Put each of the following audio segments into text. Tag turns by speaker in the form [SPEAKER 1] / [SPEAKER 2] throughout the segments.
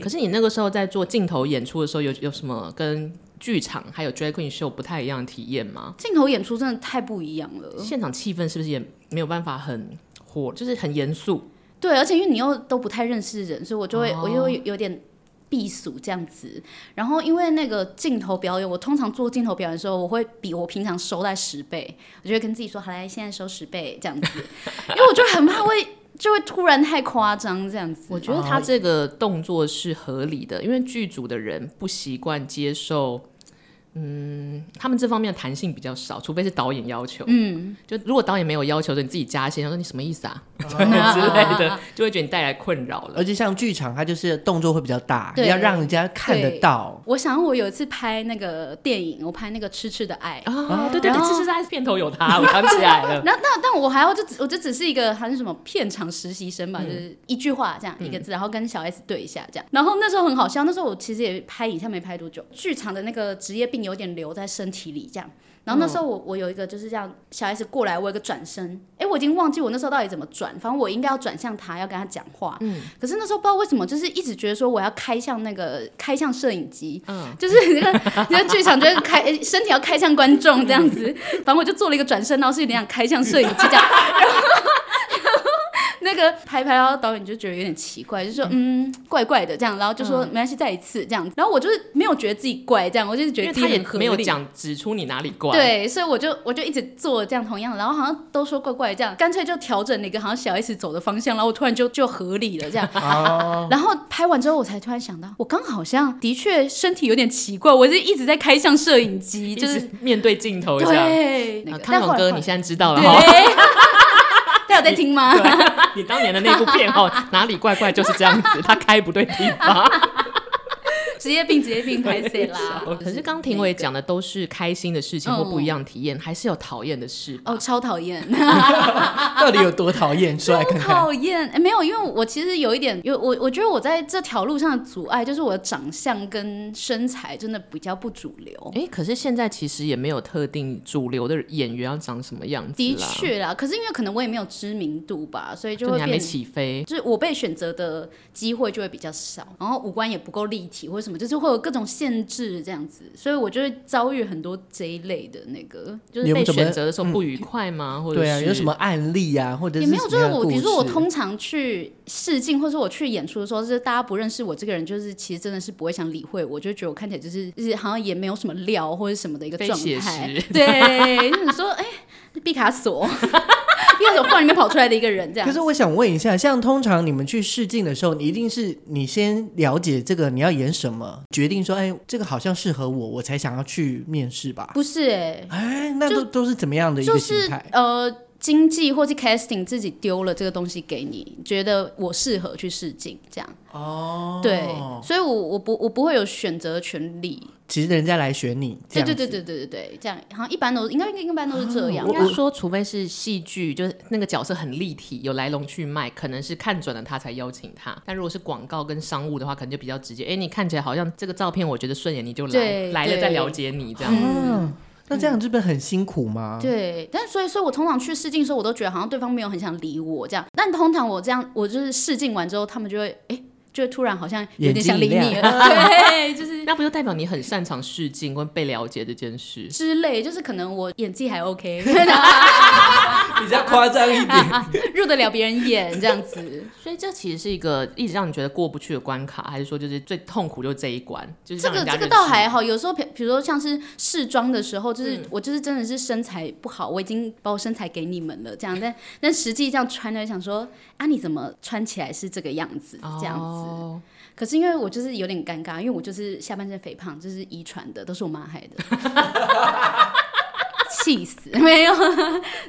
[SPEAKER 1] 可是你那个时候在做镜头演出的时候有，有什么跟剧场还有 drag queen show 不太一样的体验吗？
[SPEAKER 2] 镜头演出真的太不一样了。
[SPEAKER 1] 现场气氛是不是也没有办法很火，就是很严肃？
[SPEAKER 2] 对，而且因为你又都不太认识人，所以我就
[SPEAKER 1] 哦
[SPEAKER 2] 会、我就会有点避暑这样子。然后因为那个镜头表演，我通常做镜头表演的时候，我会比我平常收在十倍，我就会跟自己说：“好来，现在收十倍这样子。” 因为我就很怕会就会突然太夸张这样子。
[SPEAKER 1] 我觉得他这个动作是合理的，因为剧组的人不习惯接受，嗯，他们这方面的弹性比较少，除非是导演要求。嗯，就如果导演没有要求的，你自己加线，他说你什么意思啊 之类的，就会觉得你带来困扰了。
[SPEAKER 3] 而且像剧场，它就是动作会比较大，
[SPEAKER 2] 对
[SPEAKER 3] 要让人家看得到。
[SPEAKER 2] 我想我有一次拍那个电影，我拍那个《痴痴的爱》，
[SPEAKER 1] 啊，对对
[SPEAKER 2] 然
[SPEAKER 1] 对，
[SPEAKER 2] 后
[SPEAKER 1] 其实在片头有他，我想起来了。
[SPEAKER 2] 然后但但我还要就只我就只是一个还是什么片场实习生吧，就是一句话这样、一个字，然后跟小 S 对一下这样。然后那时候很好笑，那时候我其实也拍影像没拍多久，剧场的那个职业病有点留在身体里这样。
[SPEAKER 1] 嗯
[SPEAKER 2] 然后那时候我、我有一个就是这样，小 S 过来，我有一个转身，哎，我已经忘记我那时候到底怎么转，反正我应该要转向他，要跟他讲话。嗯。可是那时候不知道为什么，就是一直觉得说我要开向那个开向摄影机，嗯，就是 那个那个剧场就是开诶身体要开向观众这样子，反正我就做了一个转身，然后是有点像开向摄影机这样，然后。然后那个拍拍，然后导演就觉得有点奇怪，就说嗯怪怪的这样，然后就说、
[SPEAKER 1] 嗯
[SPEAKER 2] 没关系再一次这样，然后我就是没有觉得自己怪这样，我就是觉
[SPEAKER 1] 因
[SPEAKER 2] 得
[SPEAKER 1] 为
[SPEAKER 2] 自
[SPEAKER 1] 他
[SPEAKER 2] 己
[SPEAKER 1] 也
[SPEAKER 2] 很合
[SPEAKER 1] 没有
[SPEAKER 2] 理
[SPEAKER 1] 讲指出你哪里怪，，
[SPEAKER 2] 对，所以我就我就一直做这样同样的，然后好像都说怪怪这样，干脆就调整了一个好像小 S 走的方向，然后我突然就就合理了这样。
[SPEAKER 1] 哦
[SPEAKER 2] 然后拍完之后，我才突然想到，我刚好像的确身体有点奇怪，我是一直在开向摄影机，
[SPEAKER 1] 一
[SPEAKER 2] 就是
[SPEAKER 1] 直面对镜头这样。
[SPEAKER 2] 对那
[SPEAKER 1] 啊
[SPEAKER 2] 个。
[SPEAKER 1] 康永哥，你
[SPEAKER 2] 先
[SPEAKER 1] 现在知道了
[SPEAKER 2] 对
[SPEAKER 1] 哈，，
[SPEAKER 2] 他有在听吗？
[SPEAKER 1] 你当年的那部片哦，哪里怪怪就是这样子，他开不对地方。
[SPEAKER 2] 职业病，职业病，拍谁啦？
[SPEAKER 1] 哦可是刚庭伟讲的都是开心的事情或
[SPEAKER 2] 嗯
[SPEAKER 1] 不一样的体验，还是有讨厌的事。
[SPEAKER 2] 哦，超讨厌。 啊
[SPEAKER 3] 到底有多讨厌？说来 看看。
[SPEAKER 2] 讨厌，哎、没有，因为我其实有一点，有我，我觉得我在这条路上的阻碍就是我的长相跟身材真的比较不主流。
[SPEAKER 1] 哎、可是现在其实也没有特定主流的演员要长什么样子啦
[SPEAKER 2] 的，确啦，可是因为可能我也没有知名度吧，所以就
[SPEAKER 1] 就
[SPEAKER 2] 会
[SPEAKER 1] 你还没
[SPEAKER 2] 变。
[SPEAKER 1] 起飞。
[SPEAKER 2] 就是我被选择的机会就会比较少，然后五官也不够立体或者什么，就是会有各种限制这样子，所以我就会遭遇很多这一类的那个，
[SPEAKER 1] 就
[SPEAKER 3] 你
[SPEAKER 1] 是
[SPEAKER 3] 有没
[SPEAKER 1] 被
[SPEAKER 3] 有什么嗯
[SPEAKER 1] 选择的时候不愉快吗？或者
[SPEAKER 3] 对啊，
[SPEAKER 1] 是
[SPEAKER 3] 有什么案例啊，或者
[SPEAKER 2] 也
[SPEAKER 3] 是
[SPEAKER 2] 没有，
[SPEAKER 3] 什
[SPEAKER 2] 就
[SPEAKER 3] 么
[SPEAKER 2] 是
[SPEAKER 3] 样的
[SPEAKER 2] 我，比如
[SPEAKER 3] 故
[SPEAKER 2] 说我
[SPEAKER 3] 事
[SPEAKER 2] 通常去试镜，或者说我去演出的时候，就是大家不认识我这个人，就是其实真的是不会想理会我，就觉得我看起来就是就是好像也没有什么料或者什么的一个
[SPEAKER 1] 非
[SPEAKER 2] 状
[SPEAKER 1] 写
[SPEAKER 2] 态
[SPEAKER 1] 实。
[SPEAKER 2] 对，就是说哎、毕卡索， 毕卡索画里面跑出来的一个人这样
[SPEAKER 3] 可。是我想问一下，像通常你们去试镜的时候，你一定是你先了解这个你要演什么，决定说，哎，这个好像适合我，我才想要去面试吧？
[SPEAKER 2] 不是哎、
[SPEAKER 3] 哎，那
[SPEAKER 2] 就
[SPEAKER 3] 都都是怎么样的一
[SPEAKER 2] 就
[SPEAKER 3] 个心
[SPEAKER 2] 是
[SPEAKER 3] 态？
[SPEAKER 2] 呃，经济或是 casting 自己丢了这个东西给你，觉得我适合去试镜这样。
[SPEAKER 3] 哦，
[SPEAKER 2] 对，所以我我不我不会有选择权利。
[SPEAKER 3] 其实人家来选你，这
[SPEAKER 2] 对
[SPEAKER 3] 样
[SPEAKER 2] 对
[SPEAKER 3] 子
[SPEAKER 2] 对对对对对，这样好像一般都应该一般都是这样
[SPEAKER 1] 应。该说，除非是戏剧，就是那个角色很立体，有来龙去脉，可能是看准了他才邀请他。但如果是广告跟商务的话，可能就比较直接。哎、你看起来好像这个照片，我觉得顺眼，你就来
[SPEAKER 2] 对
[SPEAKER 1] 来了
[SPEAKER 2] 对
[SPEAKER 1] 再了解你这样。
[SPEAKER 3] 嗯，那这样是不是很辛苦吗？
[SPEAKER 2] 对，但所以所以我通常去试镜的时候，我都觉得好像对方没有很想理我这样。但通常我这样，我就是试镜完之后，他们就会哎、诶就会突然好像有点想理
[SPEAKER 3] 眼睛
[SPEAKER 2] 你
[SPEAKER 3] 一
[SPEAKER 2] 了，对，就是
[SPEAKER 1] 那不就代表你很擅长试镜跟被了解这件事？
[SPEAKER 2] 之类，就是可能我演技还 OK，
[SPEAKER 3] 比较夸张一点。
[SPEAKER 2] 入得了别人眼这样子。
[SPEAKER 1] 所以这其实是一个一直让你觉得过不去的关卡，还是说就是最痛苦就是这一关，就是
[SPEAKER 2] 这
[SPEAKER 1] 让
[SPEAKER 2] 个
[SPEAKER 1] 人家
[SPEAKER 2] 这个
[SPEAKER 1] 认识
[SPEAKER 2] 倒
[SPEAKER 1] 你
[SPEAKER 2] 还好，有时候比比如说像是试妆的时候，就是、
[SPEAKER 1] 嗯
[SPEAKER 2] 我就是真的是身材不好，我已经把我身材给你们了这样，但但实际这样穿呢，想说啊你怎么穿起来是这个样子这样子？
[SPEAKER 1] 哦
[SPEAKER 2] 可是因为我就是有点尴尬，因为我就是下半身肥胖，就是遗传的，都是我妈害的， 气死没有，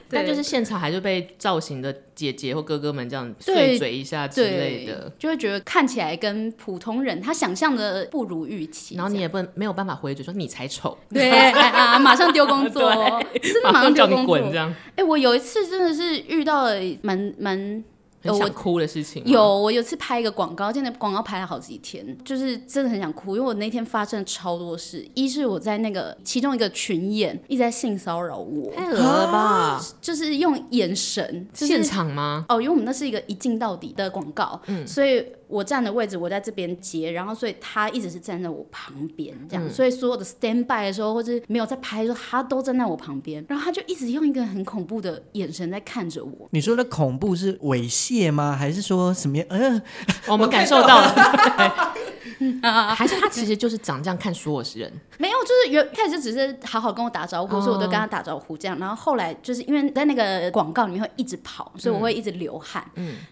[SPEAKER 1] 但
[SPEAKER 2] 对
[SPEAKER 1] 就是现场还是被造型的姐姐或哥哥们这样
[SPEAKER 2] 对
[SPEAKER 1] 碎嘴一下之类
[SPEAKER 2] 对
[SPEAKER 1] 的，，
[SPEAKER 2] 就会觉得看起来跟普通人他想象的不如预期，
[SPEAKER 1] 然后你也不能没有办法回嘴说你才丑，
[SPEAKER 2] 对，哎啊，马上丢工作，哦 真的马
[SPEAKER 1] 马
[SPEAKER 2] 上
[SPEAKER 1] 上叫
[SPEAKER 2] 丢工
[SPEAKER 1] 你
[SPEAKER 2] 作。
[SPEAKER 1] 滚这样，
[SPEAKER 2] 哎、我有一次真的是遇到了蛮蛮
[SPEAKER 1] 很
[SPEAKER 2] 呃
[SPEAKER 1] 想啊
[SPEAKER 2] 我
[SPEAKER 1] 哭的事情吗。
[SPEAKER 2] 有，我有一次拍一个广告，真的广告拍了好几天，就是真的很想哭，因为我那天发生了超多事。一是我在那个其中一个群演一直在性骚扰我，
[SPEAKER 1] 太恶了吧？
[SPEAKER 2] 就是用眼神，就是
[SPEAKER 1] 现场吗？
[SPEAKER 2] 哦，因为我们那是一个一镜到底的广告，所以我站的位置我在这边接，然后所以他一直是站在我旁边这样，所以所有的 stand by 的时候或者没有在拍的时候，他都站在我旁边，然后他就一直用一个很恐怖的眼神在看着我。
[SPEAKER 3] 你说的恐怖是猥亵吗？还是说什么样？嗯、
[SPEAKER 1] 我们感受到了。 对还是他其实就是长这样看所有人，
[SPEAKER 2] 没有，就是原一开始只是好好跟我打招呼，所以我就跟他打招呼这样。然后后来就是因为在那个广告里面会一直跑，所以我会一直流汗，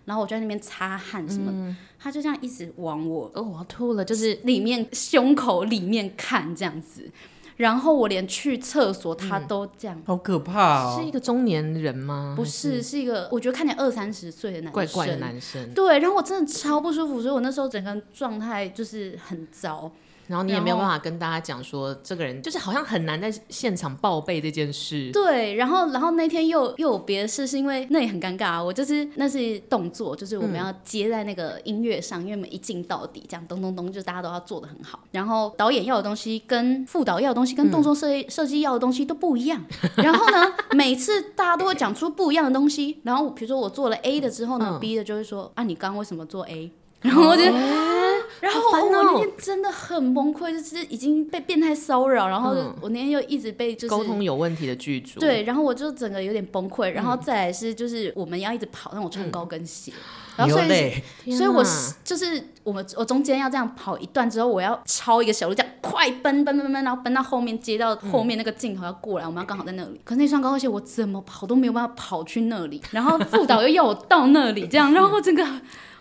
[SPEAKER 2] 然后我就在那边擦汗什么的，他就这样一直往我哦，我要吐了，就是里面胸口里面看这样子。然后我连去厕所他都这样，
[SPEAKER 3] 好可怕
[SPEAKER 1] 是
[SPEAKER 3] 哦！
[SPEAKER 1] 一个中年人吗？
[SPEAKER 2] 不是是一个我觉得看起来二三十岁的男生，
[SPEAKER 1] 嗯怪怪的男生，
[SPEAKER 2] 对，然后我真的超不舒服，所以我那时候整个状态就是很糟。
[SPEAKER 1] 然后你也没有办法跟大家讲说，这个人就是好像很难在现场报备这件事。
[SPEAKER 2] 对，然后然后那天又又有别的事，是因为那也很尴尬啊。我就是那是动作，就是我
[SPEAKER 1] 嗯
[SPEAKER 2] 们要接在那个音乐上，因为我们一镜到底，这样咚咚咚，就大家都要做的很好。然后导演要的东西跟副导要的东西跟动
[SPEAKER 1] 嗯
[SPEAKER 2] 作设计、设计要的东西都不一样。然后呢，每次大家都会讲出不一样的东西。然后比如说我做了 A 的之后呢、
[SPEAKER 1] 嗯
[SPEAKER 2] b 的就会说啊，你刚刚为什么做 A？然 后我就。
[SPEAKER 1] 哦
[SPEAKER 2] 啊然后
[SPEAKER 1] 好烦
[SPEAKER 2] 我
[SPEAKER 1] 哦
[SPEAKER 2] 那天真的很崩溃，就是已经被变态骚扰，然后
[SPEAKER 1] 嗯
[SPEAKER 2] 我那天又一直被就是
[SPEAKER 1] 沟通有问题的剧组，，
[SPEAKER 2] 对，然后我就整个有点崩溃，然后再来是就是我们要一直跑，让我穿高跟鞋，然
[SPEAKER 3] 你
[SPEAKER 2] 后所
[SPEAKER 3] 又
[SPEAKER 2] 以
[SPEAKER 3] 累，
[SPEAKER 1] 天
[SPEAKER 2] 所以我
[SPEAKER 1] 哪
[SPEAKER 2] 是就是我们我中间要这样跑一段之后，我要抄一个小路，这样快奔奔奔奔，然后奔到后面接到
[SPEAKER 1] 嗯
[SPEAKER 2] 后面那个镜头要过来，我们要刚好在那里。可是那双高跟鞋我怎么跑都没有办法跑去那里，然后副导又要我到那里，这样，然后我整个。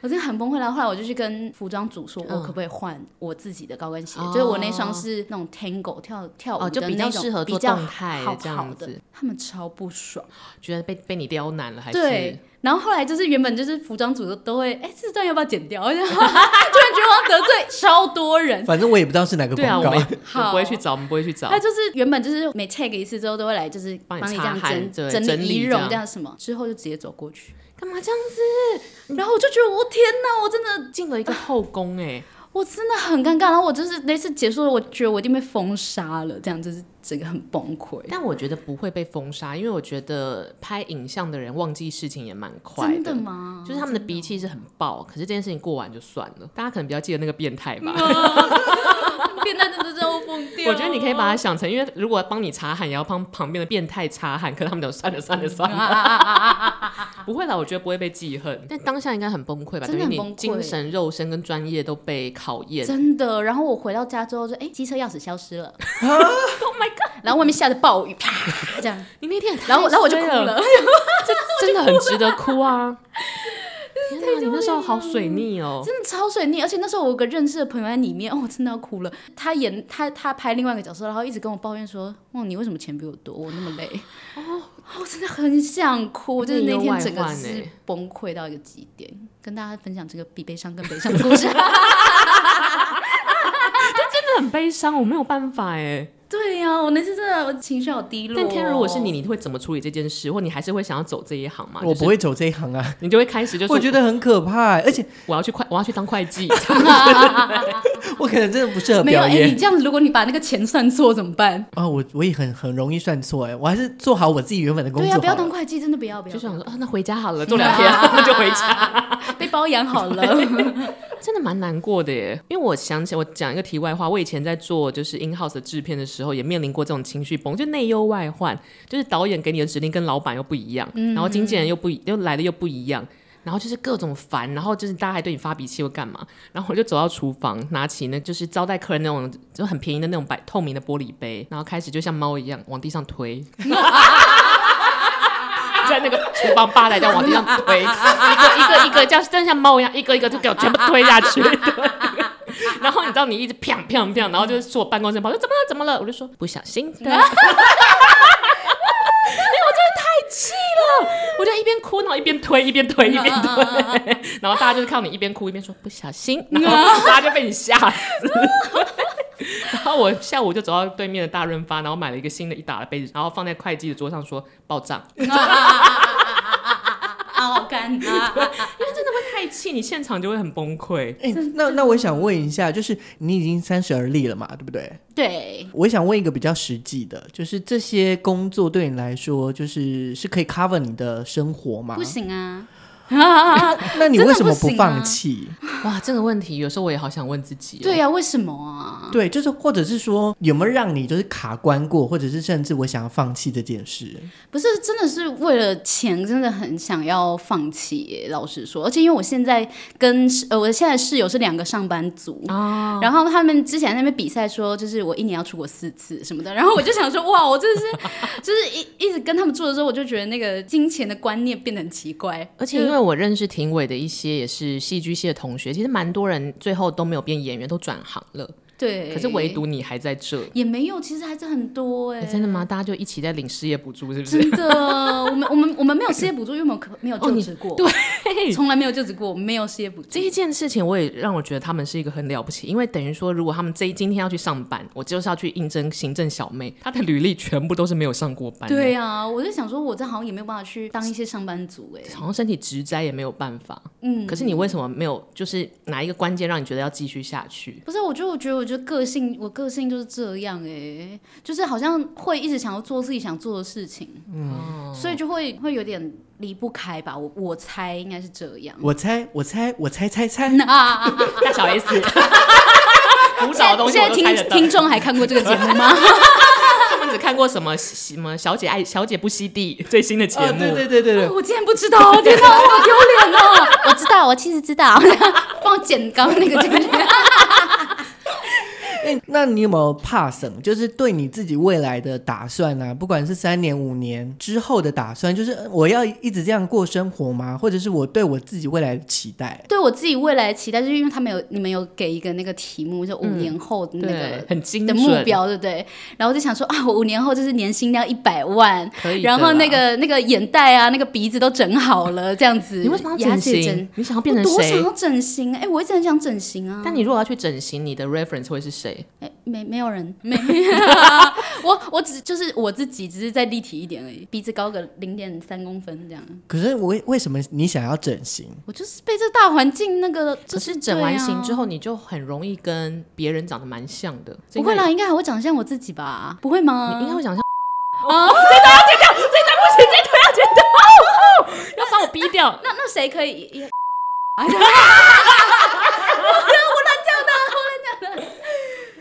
[SPEAKER 2] 我真的很崩溃，然后后来我就去跟服装组说，
[SPEAKER 1] 嗯
[SPEAKER 2] 我可不可以换我自己的高跟鞋？就是我那双是那种 tango 跳跳舞的
[SPEAKER 1] 哦，就
[SPEAKER 2] 那种，
[SPEAKER 1] 比较适合
[SPEAKER 2] 比
[SPEAKER 1] 做
[SPEAKER 2] 较
[SPEAKER 1] 动态
[SPEAKER 2] 好
[SPEAKER 1] 这
[SPEAKER 2] 跑
[SPEAKER 1] 样
[SPEAKER 2] 的
[SPEAKER 1] 子。，
[SPEAKER 2] 他们超不爽。
[SPEAKER 1] 觉得被被你刁难了，还是
[SPEAKER 2] 对，然后后来就是原本就是服装组都都会，哎、这段要不要剪掉？ 然后突然觉得我得罪超多人。
[SPEAKER 3] 反正我也不知道是哪个
[SPEAKER 1] 对啊，我
[SPEAKER 3] 广告。
[SPEAKER 1] 们也我
[SPEAKER 2] 好
[SPEAKER 1] 不会去找，我们不会去找
[SPEAKER 2] 他。就是原本就是每 tag 一次之后都会来，就是
[SPEAKER 1] 帮
[SPEAKER 2] 帮
[SPEAKER 1] 你
[SPEAKER 2] 你这
[SPEAKER 1] 擦
[SPEAKER 2] 样
[SPEAKER 1] 汗
[SPEAKER 2] 整
[SPEAKER 1] 对
[SPEAKER 2] 整
[SPEAKER 1] 整
[SPEAKER 2] 理
[SPEAKER 1] 理
[SPEAKER 2] 仪
[SPEAKER 1] 这
[SPEAKER 2] 容
[SPEAKER 1] 样
[SPEAKER 2] 这样什么，之后就直接走过去。
[SPEAKER 1] 干嘛这样子？
[SPEAKER 2] 然后我就觉得我天哪，我真的
[SPEAKER 1] 进了一个后宫哎，
[SPEAKER 2] 我真的很尴尬。然后我就是那次结束了，我觉得我一定被封杀了，这样就是整个很崩溃。
[SPEAKER 1] 但我觉得不会被封杀，因为我觉得拍影像的人忘记事情也蛮快
[SPEAKER 2] 真的 吗？
[SPEAKER 1] 就是他们的脾气是很爆，可是这件事情过完就算了。大家可能比较记得那个变态吧。
[SPEAKER 2] 变态真的让我疯掉。
[SPEAKER 1] 我觉得你可以把它想成，因为如果帮你擦汗，也要帮旁边的变态擦汗，可是他们就算了算了算了，嗯 不会啦，我觉得不会被记恨。但当下应该很崩溃吧？
[SPEAKER 2] 真的
[SPEAKER 1] 等
[SPEAKER 2] 很
[SPEAKER 1] 于
[SPEAKER 2] 崩
[SPEAKER 1] 你
[SPEAKER 2] 溃
[SPEAKER 1] 精神、肉身跟专业都被考验。
[SPEAKER 2] 真的。然后我回到家之后就，哎，机车钥匙消失 了。oh my god！然后外面下着暴雨，啪 这样，
[SPEAKER 1] 你那天也太
[SPEAKER 2] 然后然后我就哭
[SPEAKER 1] 衰了，
[SPEAKER 2] 了。
[SPEAKER 1] 真的很值得哭 啊！天哪，你那时候好水逆哦。
[SPEAKER 2] 真的超水逆，而且那时候我有个认识的朋友在里面，哦，我真的要哭了。他演他他拍另外一个角色，然后一直跟我抱怨说：“哇，你为什么钱比我多？我那么 累。”哦，我真的很想哭，就是那天整个
[SPEAKER 1] 内忧外患
[SPEAKER 2] 是
[SPEAKER 1] 欸
[SPEAKER 2] 崩溃到一个极点。跟大家分享这个比悲伤更悲伤的 故事。
[SPEAKER 1] 很悲伤，我没有办法哎。
[SPEAKER 2] 对呀、我那次真的我情绪好低落、哦
[SPEAKER 1] 但天，如果是你，，你会怎么处理这件事？或你还是会想要走这一行吗？
[SPEAKER 3] 我
[SPEAKER 1] 就是
[SPEAKER 3] 不会走这一行啊，
[SPEAKER 1] 你就会开始就
[SPEAKER 3] 我
[SPEAKER 1] 说
[SPEAKER 3] 觉得很可怕、而 且
[SPEAKER 1] 我要去会，我要去当会 计。
[SPEAKER 3] 我可能真的不适合
[SPEAKER 2] 没有
[SPEAKER 3] 表
[SPEAKER 2] 哎、
[SPEAKER 3] 演
[SPEAKER 2] 你这样子，如果你把那个钱算错怎么办？
[SPEAKER 3] 啊、我我也很很容易算错哎、我还是做好我自己原本的工
[SPEAKER 2] 对呀、
[SPEAKER 3] 作好
[SPEAKER 2] 不要当
[SPEAKER 3] 了。
[SPEAKER 2] 会计，真的不要不要，
[SPEAKER 1] 就想说啊，那回家好了， 做两天那就回家，
[SPEAKER 2] 被包养好了。
[SPEAKER 1] 真的蛮难过的耶。因为我想起我讲一个题外话，我以前在做就是 in house 的制片的时候，也面临过这种情绪崩，就内忧外患，就是导演给你的指令跟老板又不一样，然后经纪人又不一又来的又不一样。然后就是各种烦，然后就是大家还对你发脾气又干嘛？然后我就走到厨房，拿起那就是招待客人那种就很便宜的那种白透明的玻璃杯，然后开始就像猫一样往地上推， 在那个厨房吧台这样往地上推，一个一个一个，像真的像猫一样，一个一个就给我全部推下去。 对然后你知道你一直啪啪啪，然后就是坐我办公室旁边，怎么了怎么了？我就说不小心的。因为 哎我真的太气了，我就一边哭，然后一边推，一边推，一边推，然后大家就是看到你一边哭一边说不小心，然后大家就被你吓死。 然后我下午就走到对面的大润发，然后买了一个新的一打的杯子，然后放在会计的桌上说报账。
[SPEAKER 2] 啊，好干啊！
[SPEAKER 1] 因为真的会太气，你现场就会很崩溃。
[SPEAKER 3] 哎、那那我想问一下，就是你已经三十而立了嘛，对不对？
[SPEAKER 2] 对，
[SPEAKER 3] 我想问一个比较实际的，就是这些工作对你来说，就是是可以 cover 你的生活吗？
[SPEAKER 2] 不行啊，
[SPEAKER 3] 那你
[SPEAKER 2] 真的
[SPEAKER 3] 为什么
[SPEAKER 2] 不行啊
[SPEAKER 3] 放弃？
[SPEAKER 1] 哇，这个问题有时候我也好想问自己、哦。
[SPEAKER 2] 对呀、为什么啊？
[SPEAKER 3] 对，就是或者是说有没有让你就是卡关过，或者是甚至我想要放弃这件事？
[SPEAKER 2] 不是，真的是为了钱，真的很想要放弃耶。老实说，而且因为我现在跟呃，我现在室友是两个上班族啊，然后他们之前在那边比赛说，就是我一年要出国四次什么的，然后我就想说，哇，我真的是就是一一直跟他们做的时候，我就觉得那个金钱的观念变得很奇怪，
[SPEAKER 1] 而且因为我认识庭伟的一些也是戏剧系的同学，其实蛮多人最后都没有变演员，都转行了。
[SPEAKER 2] 对，
[SPEAKER 1] 可是唯独你还在这、
[SPEAKER 2] 也没有，其实还是很多哎、
[SPEAKER 1] 欸真的吗？大家就一起在领失业补助，是不是？
[SPEAKER 2] 真的， 我们我们我们没有失业补助，因为我 们可没有
[SPEAKER 1] 哦
[SPEAKER 2] 就
[SPEAKER 1] 你
[SPEAKER 2] 职过，
[SPEAKER 1] 对
[SPEAKER 2] 从来没有就职过，我们没有失业补助
[SPEAKER 1] 这。一件事情，我也让我觉得他们是一个很了不起，因为等于说，如果他们这一今天要去上班，我就是要去应征行政小妹，她的履历全部都是没有上过班的，
[SPEAKER 2] 对啊，我就想说，我这好像也没有办法去当一些上班族哎、
[SPEAKER 1] 好像身体直摘也没有办法。
[SPEAKER 2] 嗯，
[SPEAKER 1] 可是你为什么没有？就是哪一个关键让你觉得要继续下去？
[SPEAKER 2] 不是，我就我觉得，我觉得个性，我个性就是这样哎、就是好像会一直想要做自己想做的事情，嗯，所以就会会有点离不开吧，我我猜应该是这样。
[SPEAKER 3] 我猜，我猜，我猜猜猜，
[SPEAKER 2] 啊啊啊啊！
[SPEAKER 1] 大小 S，古
[SPEAKER 2] 现
[SPEAKER 1] 早
[SPEAKER 2] 在
[SPEAKER 1] 的东西
[SPEAKER 2] 现
[SPEAKER 1] 我
[SPEAKER 2] 在
[SPEAKER 1] 都猜得
[SPEAKER 2] 听
[SPEAKER 1] 到。
[SPEAKER 2] 听众还看过这个节目吗？
[SPEAKER 1] 他们只看过什么什么小姐爱小姐不吸地最新的节目，
[SPEAKER 3] 哦，对对对对对，
[SPEAKER 2] 我竟然不知 道，天哪，我好丢脸哦！ 我知道，我其实知道， 帮我剪刚刚那个剪辑。
[SPEAKER 3] 哎，那你有没有怕什么？就是对你自己未来的打算啊，不管是三年、五年之后的打算，就是呃我要一直这样过生活吗？或者是我对我自己未来的期待？
[SPEAKER 2] 对我自己未来的期待，就是因为他们有你们有给一个那个题目，就五年后的那
[SPEAKER 1] 对
[SPEAKER 2] 个，
[SPEAKER 1] 很精
[SPEAKER 2] 的
[SPEAKER 1] 准
[SPEAKER 2] 目标，对不对？然后我就想说啊，我五年后就是年薪要一百万，
[SPEAKER 1] 可以的啦。
[SPEAKER 2] 然后那个那个眼袋啊，那个鼻子都整好了，这样子。
[SPEAKER 1] 你为什么要
[SPEAKER 2] 牙
[SPEAKER 1] 整
[SPEAKER 2] 齿也整
[SPEAKER 1] 形？你想要变成
[SPEAKER 2] 我多想
[SPEAKER 1] 谁？
[SPEAKER 2] 要整形啊！哎、我一直很想整形啊，
[SPEAKER 1] 但你如果要去整形，你的 reference 会是谁？
[SPEAKER 2] 哎、没没有人， 没，我我只就是我自己，只是再立体一点而已，鼻子高个零点三公分这样。
[SPEAKER 3] 可是我为什么你想要整形？
[SPEAKER 2] 我就是被这大环境那个，就
[SPEAKER 1] 可是整完形之
[SPEAKER 2] 后。
[SPEAKER 1] 后，你就很容易跟别人长得蛮像的。
[SPEAKER 2] 不会
[SPEAKER 1] 这
[SPEAKER 2] 啦，应该还会长得像我自己吧？不会
[SPEAKER 1] 应该，
[SPEAKER 2] 吗？
[SPEAKER 1] 你应该会长像，
[SPEAKER 2] 啊，
[SPEAKER 1] 要把我逼掉。
[SPEAKER 2] 那那谁可以也？ 哎也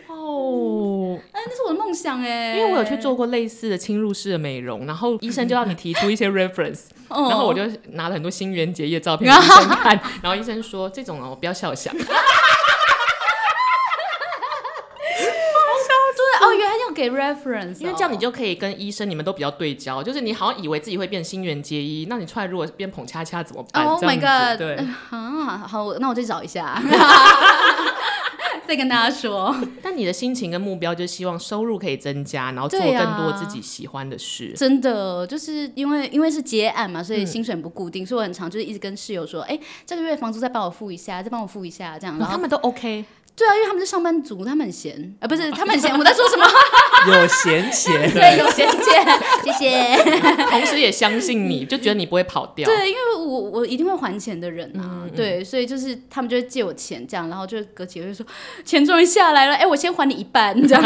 [SPEAKER 1] 哦，
[SPEAKER 2] 哎，那是我的梦想哎、
[SPEAKER 1] 因为我有去做过类似的侵入式的美容，然后医生就让你提出一些 reference，
[SPEAKER 2] 嗯，
[SPEAKER 1] 然后我就拿了很多新垣结衣的照片给医生看，然后医生说这种哦不要笑想，
[SPEAKER 2] 对哦，原来要给 reference，哦
[SPEAKER 1] 因为这样你就可以跟医生你们都比较对焦，就是你好像以为自己会变新垣结衣，那你出来如果变捧恰恰怎么办
[SPEAKER 2] Oh
[SPEAKER 1] 这样
[SPEAKER 2] my
[SPEAKER 1] 子
[SPEAKER 2] god！
[SPEAKER 1] 对，
[SPEAKER 2] 啊，好，我那我再找一 下，再跟大家说。
[SPEAKER 1] 但你的心情跟目标就是希望收入可以增加，然后做
[SPEAKER 2] 对
[SPEAKER 1] 更
[SPEAKER 2] 啊
[SPEAKER 1] 多自己喜欢的事。
[SPEAKER 2] 真的，就是因为因为是结案嘛，所以薪水不固定，所以我很常就是一直跟室友说，哎、这个月房租再帮我付一下，再帮我付一下这样。然
[SPEAKER 1] 然后他
[SPEAKER 2] 后
[SPEAKER 1] 们都 OK，
[SPEAKER 2] 对啊，因为他们是上班族，他们很 闲啊、不是他们很闲，我在说什么？，
[SPEAKER 3] 有闲钱
[SPEAKER 2] 对，有闲钱，谢谢。
[SPEAKER 1] 同时也相信你，就觉得你不会跑掉。
[SPEAKER 2] 对，因为我我一定会还钱的人啊，对，所以就是他们就会借我钱这样，然后就隔几个月说嗯钱终于下来了，哎、我先还你一半这 样。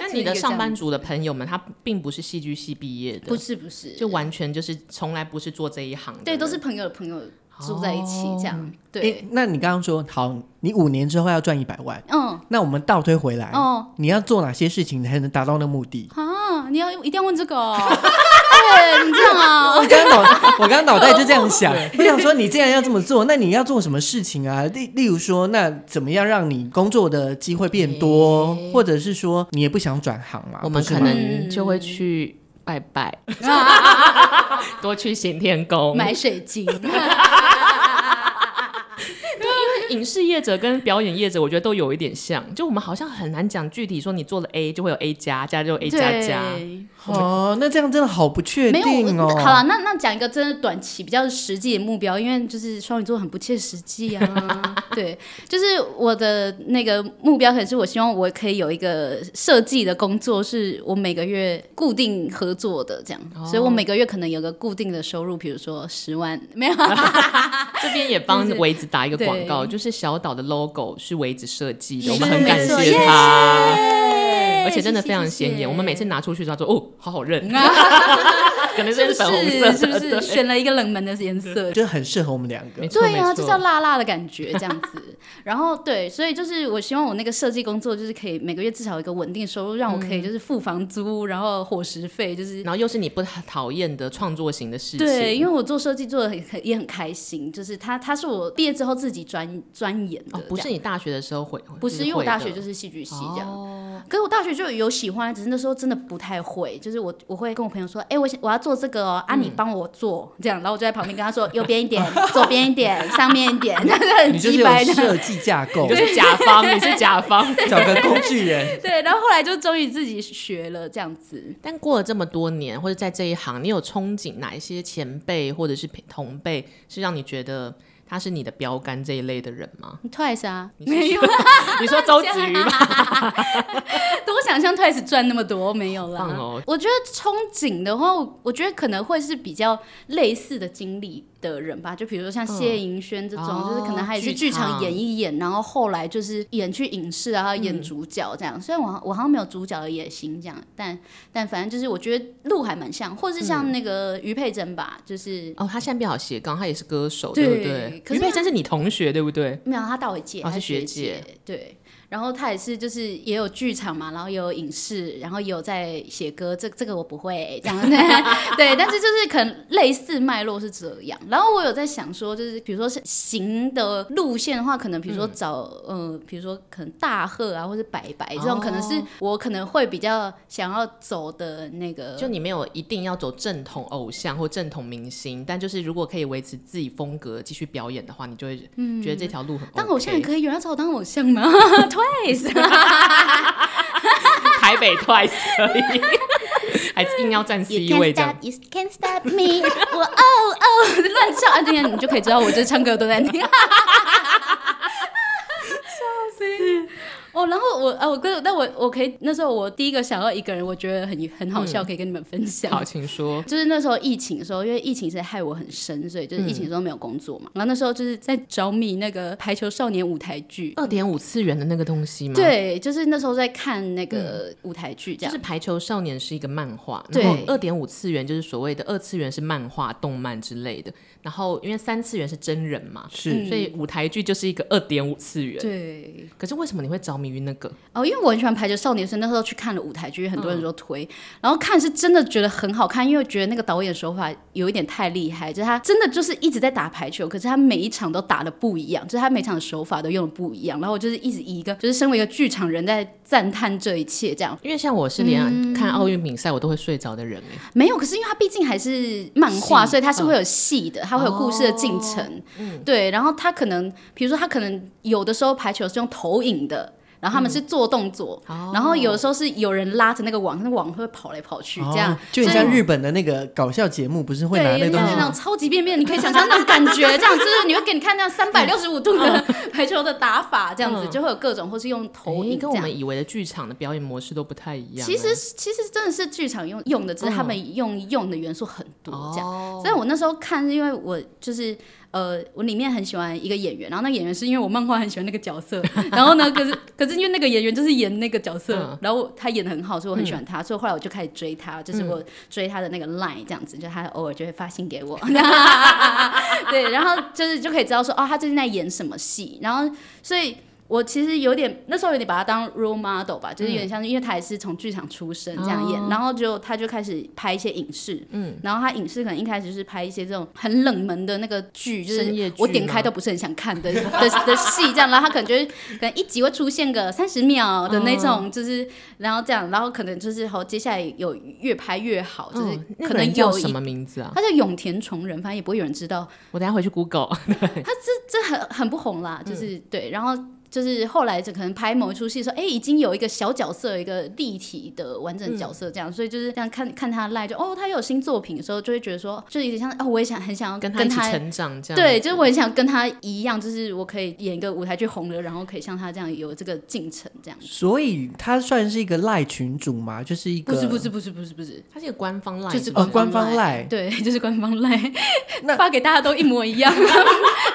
[SPEAKER 1] 那你的上班族的朋友们，他并不是戏剧系毕业
[SPEAKER 2] 不
[SPEAKER 1] 的，
[SPEAKER 2] 是不是，
[SPEAKER 1] 就完全就是从来不是做这一行的人。
[SPEAKER 2] 对，哦都是朋友的朋友住在一起这样，
[SPEAKER 3] 诶
[SPEAKER 2] 对，
[SPEAKER 3] 哎那你刚刚说好，你五年之后要赚一百万，
[SPEAKER 2] 嗯。
[SPEAKER 3] 那我们倒推回来，
[SPEAKER 2] 哦
[SPEAKER 3] 你要做哪些事情才能达到那目的？
[SPEAKER 2] 啊！你要一定要问这个 哦，对，你这样啊，
[SPEAKER 3] 我刚刚脑，我刚刚脑袋就
[SPEAKER 2] 哦
[SPEAKER 3] 这样想，我想说你既然要这么做，那你要做什么事情啊？例例如说，那怎么样让你工作的机会变多，或者是说你也不想转行嘛？
[SPEAKER 1] 我们
[SPEAKER 3] 不是
[SPEAKER 1] 可
[SPEAKER 3] 吗
[SPEAKER 1] 能就会去拜拜，
[SPEAKER 2] 嗯啊
[SPEAKER 1] 多去行天宫。
[SPEAKER 2] 买水 晶，
[SPEAKER 1] 影视业者跟表演业者，我觉得都有一点像，就我们好像很难讲具体说你做了 A 就会有 A 加，加就有 A 加加。
[SPEAKER 2] 对，
[SPEAKER 3] 哦，那这样真的好不确
[SPEAKER 2] 没有
[SPEAKER 3] 定哦。
[SPEAKER 2] 我好啊了，那那讲一个真的短期比较实际的目标，因为就是双鱼座很不切实际 啊。对，就是我的那个目标，可能是我希望我可以有一个设计的工作，是我每个月固定合作的这样，
[SPEAKER 1] 哦
[SPEAKER 2] 所以我每个月可能有个固定的收入，比如说十万， 没有啊，
[SPEAKER 1] 这边也帮维子打一个广告，
[SPEAKER 2] 对
[SPEAKER 1] 就是小岛的 logo 是维子设计的，
[SPEAKER 2] 是
[SPEAKER 1] 我们很感
[SPEAKER 2] 没错
[SPEAKER 1] 谢他，
[SPEAKER 2] 耶
[SPEAKER 1] 而且真的非常显
[SPEAKER 2] 谢谢
[SPEAKER 1] 眼。我们每次拿出去，他说哦，好好认。可能
[SPEAKER 2] 是不
[SPEAKER 1] 是粉红色的，
[SPEAKER 2] 是？是不是
[SPEAKER 1] 对
[SPEAKER 2] 选了一个冷门的颜色？
[SPEAKER 3] 就很适合我们两个
[SPEAKER 1] 没。错
[SPEAKER 2] 对
[SPEAKER 1] 没
[SPEAKER 2] 啊，
[SPEAKER 1] 错
[SPEAKER 2] 就是要辣辣的感觉这样子。 然后对，所以就是我希望我那个设计工作就是可以每个月至少有一个稳定收入，让我可以就是付房租，然后伙食费，就是
[SPEAKER 1] 然后又是你不讨厌的创作型的事情，
[SPEAKER 2] 对，因为我做设计做的很很也很开心，就是它它是我毕业之后自己钻钻研的、
[SPEAKER 1] 哦，不是你大学的时候会，
[SPEAKER 2] 不是，因为我大学就是是戏剧系这样。可是我大学就有喜欢，只是那时候真的不太会，就是我我会跟我朋友说，哎、我想我要做这个哦，啊，你帮我做、这样，然后我就在旁边跟他说， 右边一点，左边一点，上面一点，但是很
[SPEAKER 3] 你就是
[SPEAKER 2] 鸡
[SPEAKER 3] 有
[SPEAKER 2] 掰的。
[SPEAKER 3] 设计架构
[SPEAKER 1] 你就，是甲方，你是甲方。
[SPEAKER 3] 找个工 具人。
[SPEAKER 2] 对，然后后来就终于自己学了这样子。
[SPEAKER 1] 但过了这么多年，或者在这一行，你有憧憬哪一些前辈或者是同辈，是让你觉得他是你的标杆这一类的人 吗？
[SPEAKER 2] Twice 啊，
[SPEAKER 1] 你是说你说周 子瑜吗？
[SPEAKER 2] 我想象 Twice 赚那么多没有啦。
[SPEAKER 1] 好棒哦
[SPEAKER 2] 我觉得憧憬的话，我我觉得可能会是比较类似的经历的人吧，就比如说像谢盈萱这种，
[SPEAKER 1] 嗯哦
[SPEAKER 2] 就是可能他也是剧
[SPEAKER 1] 剧场
[SPEAKER 2] 场演一演，然后后来就是演去影视啊，演主角这样。
[SPEAKER 1] 嗯
[SPEAKER 2] 虽然我好我好像没有主角的野心这样，但但反正就是我觉得路还蛮像，或是
[SPEAKER 1] 嗯
[SPEAKER 2] 像那个于佩珍吧，就是
[SPEAKER 1] 哦，他现在变好斜杠，他也是歌手，
[SPEAKER 2] 对
[SPEAKER 1] 对不对？
[SPEAKER 2] 可是
[SPEAKER 1] 于佩
[SPEAKER 2] 他
[SPEAKER 1] 珍是你同学，对不对？
[SPEAKER 2] 没有，她大我一届，
[SPEAKER 1] 哦
[SPEAKER 2] 她
[SPEAKER 1] 是学
[SPEAKER 2] 姐。对，然后她也是就是也有剧场嘛，然后也有影视，然后也有在写歌，这这个我不会这样 对，但是就是可能类似脉络是这样。然后我有在想说，就是比如说是行的路线的话，可能比如
[SPEAKER 1] 嗯
[SPEAKER 2] 说找、呃，比如说可能大贺啊，或者白白这种，
[SPEAKER 1] 哦
[SPEAKER 2] 可能是我可能会比较想要走的那个。
[SPEAKER 1] 就你没有一定要走正统偶像或正统明星，但就是如果可以维持自己风格继续表演的话，你就会觉得这条路很、OK
[SPEAKER 2] 当嗯偶像也可以，有人要找我当偶像吗 ？Twice，
[SPEAKER 1] 台北 Twice 而已，还硬要站 C 位这样。
[SPEAKER 2] You can't stop me，我哦哦乱唱啊！这样你就可以知道我这唱歌都在听。笑 死！哦，然后我啊，我跟但我我可以那时候我第一个想到一个人，我觉得很很好笑，可以跟你们分享。
[SPEAKER 1] 嗯好，请说。
[SPEAKER 2] 就是那时候疫情的时候，因为疫情是害我很深，所以就是疫情的时候没有工作嘛。然后那时候就是在着迷那个《排球少年》舞台剧，
[SPEAKER 1] 二点五次元的那个东西吗？，
[SPEAKER 2] 对，就是那时候在看那
[SPEAKER 1] 嗯
[SPEAKER 2] 个舞台剧，
[SPEAKER 1] 就
[SPEAKER 2] 这样、
[SPEAKER 1] 是《排球少年》是一个漫画，
[SPEAKER 2] 对
[SPEAKER 1] 然后二点五次元就是所谓的二次元是漫画、动漫之类的，然后因为三次元是真人嘛，
[SPEAKER 3] 是
[SPEAKER 1] 所以舞台剧就是一个二点五次元。
[SPEAKER 2] 对。
[SPEAKER 1] 可是为什么你会着迷于那个？
[SPEAKER 2] 哦，因为我很喜欢《排球少年》，所以那时候去看了舞台剧，很多人都推，然后看是真的觉得很好看，因为觉得那个导演手法有一点太厉害，就是他真的就是一直在打排球，可是他每一场都打的不一样，就是他每场的手法都用的不一样，然后我就是一直以一个就是身为一个剧场人在赞叹这一切这样，
[SPEAKER 1] 因为像我是连看奥运比赛我都会睡着的人、欸，
[SPEAKER 2] 没有，可是因为它毕竟还是漫画，
[SPEAKER 1] 戏
[SPEAKER 2] 所以它是
[SPEAKER 3] 嗯
[SPEAKER 2] 会有戏的，它会有故事的进程，
[SPEAKER 3] 哦
[SPEAKER 2] 对，然后它可能比如说它可能有的时候排球是用投影的。然后他们是做动作，
[SPEAKER 3] 嗯哦
[SPEAKER 2] 然后有的时候是有人拉着那个网，那网会跑来跑去，这样、
[SPEAKER 3] 哦就很
[SPEAKER 2] 所以
[SPEAKER 3] 像日本的那个搞笑节目，不是会拿
[SPEAKER 2] 对，
[SPEAKER 3] 那东
[SPEAKER 2] 就是那
[SPEAKER 3] 西嗯
[SPEAKER 2] 种超级便便，你可以想象那种感觉，这样就是 你会给你看那样三百六十五度的排球的打法，这样子、就会有各种，或是用投
[SPEAKER 1] 诶
[SPEAKER 2] 影这
[SPEAKER 1] 跟我
[SPEAKER 2] 样。
[SPEAKER 1] 们以为的剧场的表演模式都不太一样欸、嗯
[SPEAKER 2] 其实其实真的是剧场用用的，只是他们用用的元素很多这样。
[SPEAKER 1] 哦
[SPEAKER 2] 所以我那时候看是因为我就是呃，我里面很喜欢一个演员，然后那个演员是因为我漫画很喜欢那个角色，然后呢，可是可是因为那个演员就是演那个角色，
[SPEAKER 1] 嗯
[SPEAKER 2] 然后他演的很好，所以我很喜欢他，所以后来我就开始追他，就是
[SPEAKER 1] 嗯
[SPEAKER 2] 我追他的那个 line 这样子，就他偶尔就会发信给我， 对，然后就是就可以知道说哦，他最近在演什么戏，然后所以。我其实有点那时候有点把他当 role model 吧，就是有
[SPEAKER 1] 嗯
[SPEAKER 2] 点像是，因为他也是从剧场出身这样
[SPEAKER 1] 哦
[SPEAKER 2] 演，然后就他就开始拍一些影视，嗯，然后他影视可能一开始就是拍一些这种很冷门的那个剧，就
[SPEAKER 1] 深夜
[SPEAKER 2] 是
[SPEAKER 1] 剧
[SPEAKER 2] 我点开
[SPEAKER 1] 吗
[SPEAKER 2] 都不是很想看的的的戏这样，然后他可能就是可能一集会出现个三十秒的那
[SPEAKER 1] 哦
[SPEAKER 2] 种，就是然后这样，然后可能就是好接下来有越拍越好，就是
[SPEAKER 1] 嗯那
[SPEAKER 2] 可
[SPEAKER 1] 个
[SPEAKER 2] 能
[SPEAKER 1] 人叫
[SPEAKER 2] 有
[SPEAKER 1] 什
[SPEAKER 2] 一。
[SPEAKER 1] 么名字啊？
[SPEAKER 2] 他叫永田崇人，反正也不会有人知道，
[SPEAKER 1] 我等一下回去 Google。
[SPEAKER 2] 这很很不红啦，就是、对，然后就是后来就可能拍某一出戏说，哎、已经有一个小角色，一个立体的完整角色这样，所以就是这样看看他赖就哦，他有新作品的时候，就会觉得说，就有点像哦，我也想很想要
[SPEAKER 1] 跟他一
[SPEAKER 2] 跟
[SPEAKER 1] 起
[SPEAKER 2] 他。
[SPEAKER 1] 成长，这样
[SPEAKER 2] 对，就是我很想跟他一样，就是我可以演一个舞台剧红了，然后可以像他这样有这个进程，这样。
[SPEAKER 3] 所以他算是一个赖群主嘛，就是一个
[SPEAKER 2] 不是不是不是不是不是，
[SPEAKER 1] 它是一个官方 line，
[SPEAKER 2] 就是
[SPEAKER 1] 不
[SPEAKER 3] 哦官方
[SPEAKER 2] 赖，
[SPEAKER 3] 赖
[SPEAKER 2] 对， 就是官方赖
[SPEAKER 3] 那，
[SPEAKER 1] 哦
[SPEAKER 2] 发给大家都一模一样，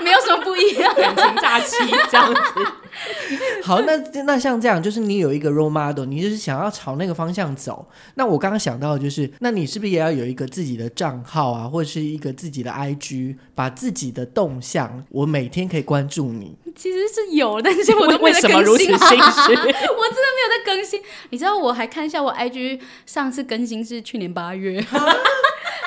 [SPEAKER 2] 没有什么不一 样。
[SPEAKER 1] 感情诈欺这样子。
[SPEAKER 3] 好，那那像这样，就是你有一个 role model，你就是想要朝那个方向走。那我刚刚想到的就是，那你是不是也要有一个自己的账号啊，或者是一个自己的 IG，把自己的动向，我每天可以关注你。
[SPEAKER 2] 其实是有，但是我都没
[SPEAKER 1] 为
[SPEAKER 2] 有
[SPEAKER 1] 什
[SPEAKER 2] 在更新、啊。
[SPEAKER 1] 么如此心虚？
[SPEAKER 2] 我真的没有在更新。你知道，我还看一下我 IG 上次更新是去年八月。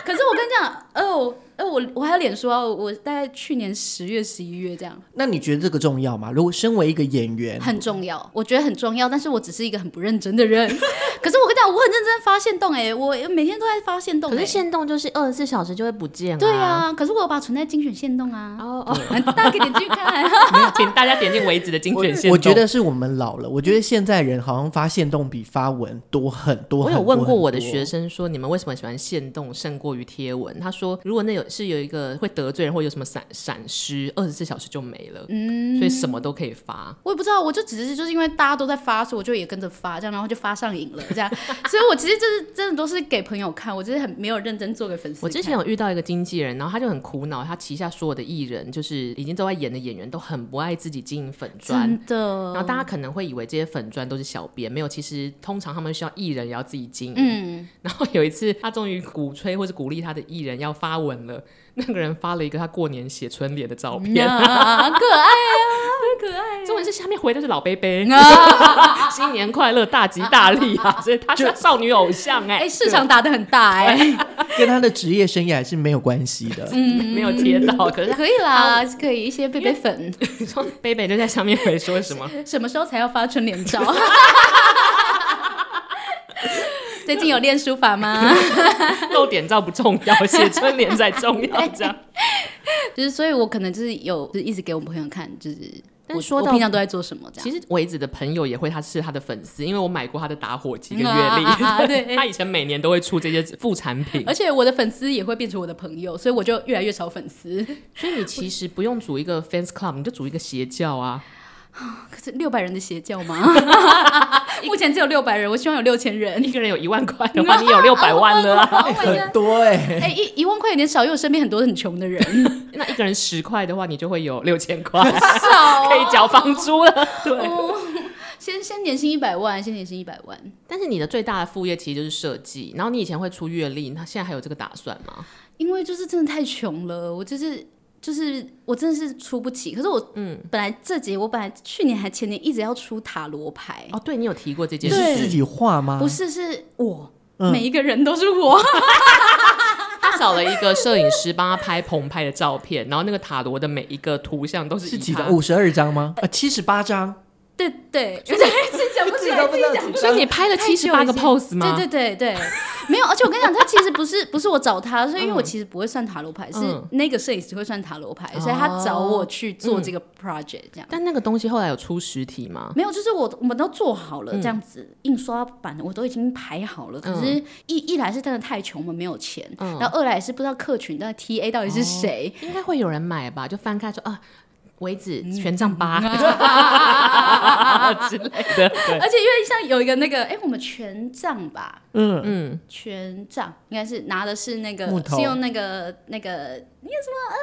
[SPEAKER 2] 可是我跟你讲，哦，呃，我我还有脸书啊，我大概去年十月、十一月这样，
[SPEAKER 3] 那你觉得这个重要吗？如果身为一个演员，
[SPEAKER 2] 很重要，我觉得很重要。但是我只是一个很不认真的人。 可是我跟你讲，我很认真发现动哎、我每天都在发现动、欸。
[SPEAKER 1] 可是限动就是二十四小时就会不见、啊，
[SPEAKER 2] 对。啊，可是我有把它存在精选限动啊，
[SPEAKER 1] 哦哦，
[SPEAKER 2] 大家可以点进去看。
[SPEAKER 1] 请大家点进为止的精选线。
[SPEAKER 3] 我觉得是我们老了。我觉得现在人好像发现动比发文多很多。
[SPEAKER 1] 我有
[SPEAKER 3] 很多
[SPEAKER 1] 问过我的
[SPEAKER 3] 很多
[SPEAKER 1] 学生说，你们为什么喜欢限动胜过于贴文？他说，如果那有是有一个会得罪人或有什么闪闪失，二十四小时就没了，嗯，所以什么都可以发。
[SPEAKER 2] 我也不知道，我就只是就是因为大家都在发，所以我就也跟着发，这样然后就发上瘾了，这 样。所以我其实就是真的都是给朋友看，我就是很没有认真做给粉丝看。
[SPEAKER 1] 我之前有遇到一个经纪人，然后他就很苦恼，他旗下所有的艺人，就是已经都在演的演员，都很不爱自己经营粉砖。
[SPEAKER 2] 真的，
[SPEAKER 1] 然后大家可能会以为这些粉砖都是小编，没有，其实通常他们需要艺人也要自己经营。
[SPEAKER 2] 嗯，
[SPEAKER 1] 然后有一次，他终于鼓吹或是鼓励他的艺人要发文了，那个人发了一个他过年写春联的照片，
[SPEAKER 2] 啊，可爱啊，很可爱。
[SPEAKER 1] 中文是下面回的是老贝贝， 新年快乐，大吉大利 啊！所以他是少女偶像哎、
[SPEAKER 2] 哎，市场打的很大哎、
[SPEAKER 3] 跟他的职业生涯还是没有关系的。
[SPEAKER 1] 没有贴到，可是他
[SPEAKER 2] 可以啦，可以一些贝贝粉，
[SPEAKER 1] 说贝贝就在上面回说 什么？
[SPEAKER 2] 什么时候才要发春联 照？最近有练书法吗？
[SPEAKER 1] 露点照不重要，写春联才重要，这样。
[SPEAKER 2] 就是，所以我可能就是有，就是一直给我们朋友看，就是
[SPEAKER 1] 但
[SPEAKER 2] 我
[SPEAKER 1] 说
[SPEAKER 2] 我
[SPEAKER 1] 到
[SPEAKER 2] 平常都在做什么这样。
[SPEAKER 1] 其实维子的朋友也会，他是他的粉丝，因为我买过他的打火机跟月
[SPEAKER 2] 嗯啊
[SPEAKER 1] 历，
[SPEAKER 2] 啊啊啊 对
[SPEAKER 1] 他以前每年都会出这些副产品。
[SPEAKER 2] 而且我的粉丝也会变成我的朋友，所以我就越来越少粉丝。
[SPEAKER 1] 所以你其实不用组一个 fans club，你就组一个邪教啊！
[SPEAKER 2] 可是六百人的邪教 吗？目前只有六百人，我希望有六千人。
[SPEAKER 1] 一个人有一万块的话，你有六百万了啊！
[SPEAKER 2] Oh
[SPEAKER 3] 哎
[SPEAKER 2] my god
[SPEAKER 3] 很多哎、
[SPEAKER 2] 哎、一一万块有点少，因为我身边很多很穷的人，
[SPEAKER 1] 那一个人十块的话，你就会有六千块，
[SPEAKER 2] 少哦
[SPEAKER 1] 可以缴房租了。对，
[SPEAKER 2] 先先年薪一百万，先年薪一百万。
[SPEAKER 1] 但是你的最大的副业其实就是设计，然后你以前会出月历，那现在还有这个打算吗？
[SPEAKER 2] 因为就是真的太穷了，我就是就是我真的是出不起。可是我嗯，本来这节我本来去年还前年一直要出塔罗牌，
[SPEAKER 1] 哦，对你有提过这
[SPEAKER 3] 你
[SPEAKER 1] 件
[SPEAKER 3] 是
[SPEAKER 1] 事，
[SPEAKER 3] 自己画吗？
[SPEAKER 2] 不是是我、
[SPEAKER 3] 嗯
[SPEAKER 2] 每一个人都是 我，
[SPEAKER 1] 他找了一个摄影师帮他拍棚拍的照片，然后那个塔罗的每一个图像都是
[SPEAKER 3] 是
[SPEAKER 1] 以
[SPEAKER 3] 几
[SPEAKER 1] 他
[SPEAKER 3] 张？五十二张吗？啊，七十八张，
[SPEAKER 2] 对对，而且 一直讲不
[SPEAKER 3] 自
[SPEAKER 2] 出
[SPEAKER 3] 己
[SPEAKER 2] 来，
[SPEAKER 3] 都不知道几
[SPEAKER 1] 所以
[SPEAKER 3] 张
[SPEAKER 1] 你。拍了七十八个 pose 吗？
[SPEAKER 2] 对对对对， 没有。而且我跟你讲，他其实不是不是我找他，所以因为我其实不会算塔罗牌，是
[SPEAKER 1] 嗯哦
[SPEAKER 2] 那个摄影师会算塔罗牌，所以他找我去做这个 project 这样。
[SPEAKER 1] 但那个东西后来有出实体吗？
[SPEAKER 2] 没有，就是我我们都做好
[SPEAKER 1] 嗯
[SPEAKER 2] 了这样子，印刷版我都已经排好了。可是
[SPEAKER 1] 嗯
[SPEAKER 2] 一，一来是真的太穷，我们没有钱；然后二来是不知道客群的 TA 到底
[SPEAKER 1] 哦
[SPEAKER 2] 是谁，
[SPEAKER 1] 应该会有人买吧？就翻开说啊，为止权杖八、 之类的，对，
[SPEAKER 2] 而且因为像有一个那个，哎、我们权杖吧，
[SPEAKER 3] 嗯
[SPEAKER 2] 嗯，权杖应该是拿的是那个
[SPEAKER 3] 木，头
[SPEAKER 2] 是用那个那个那个什么呃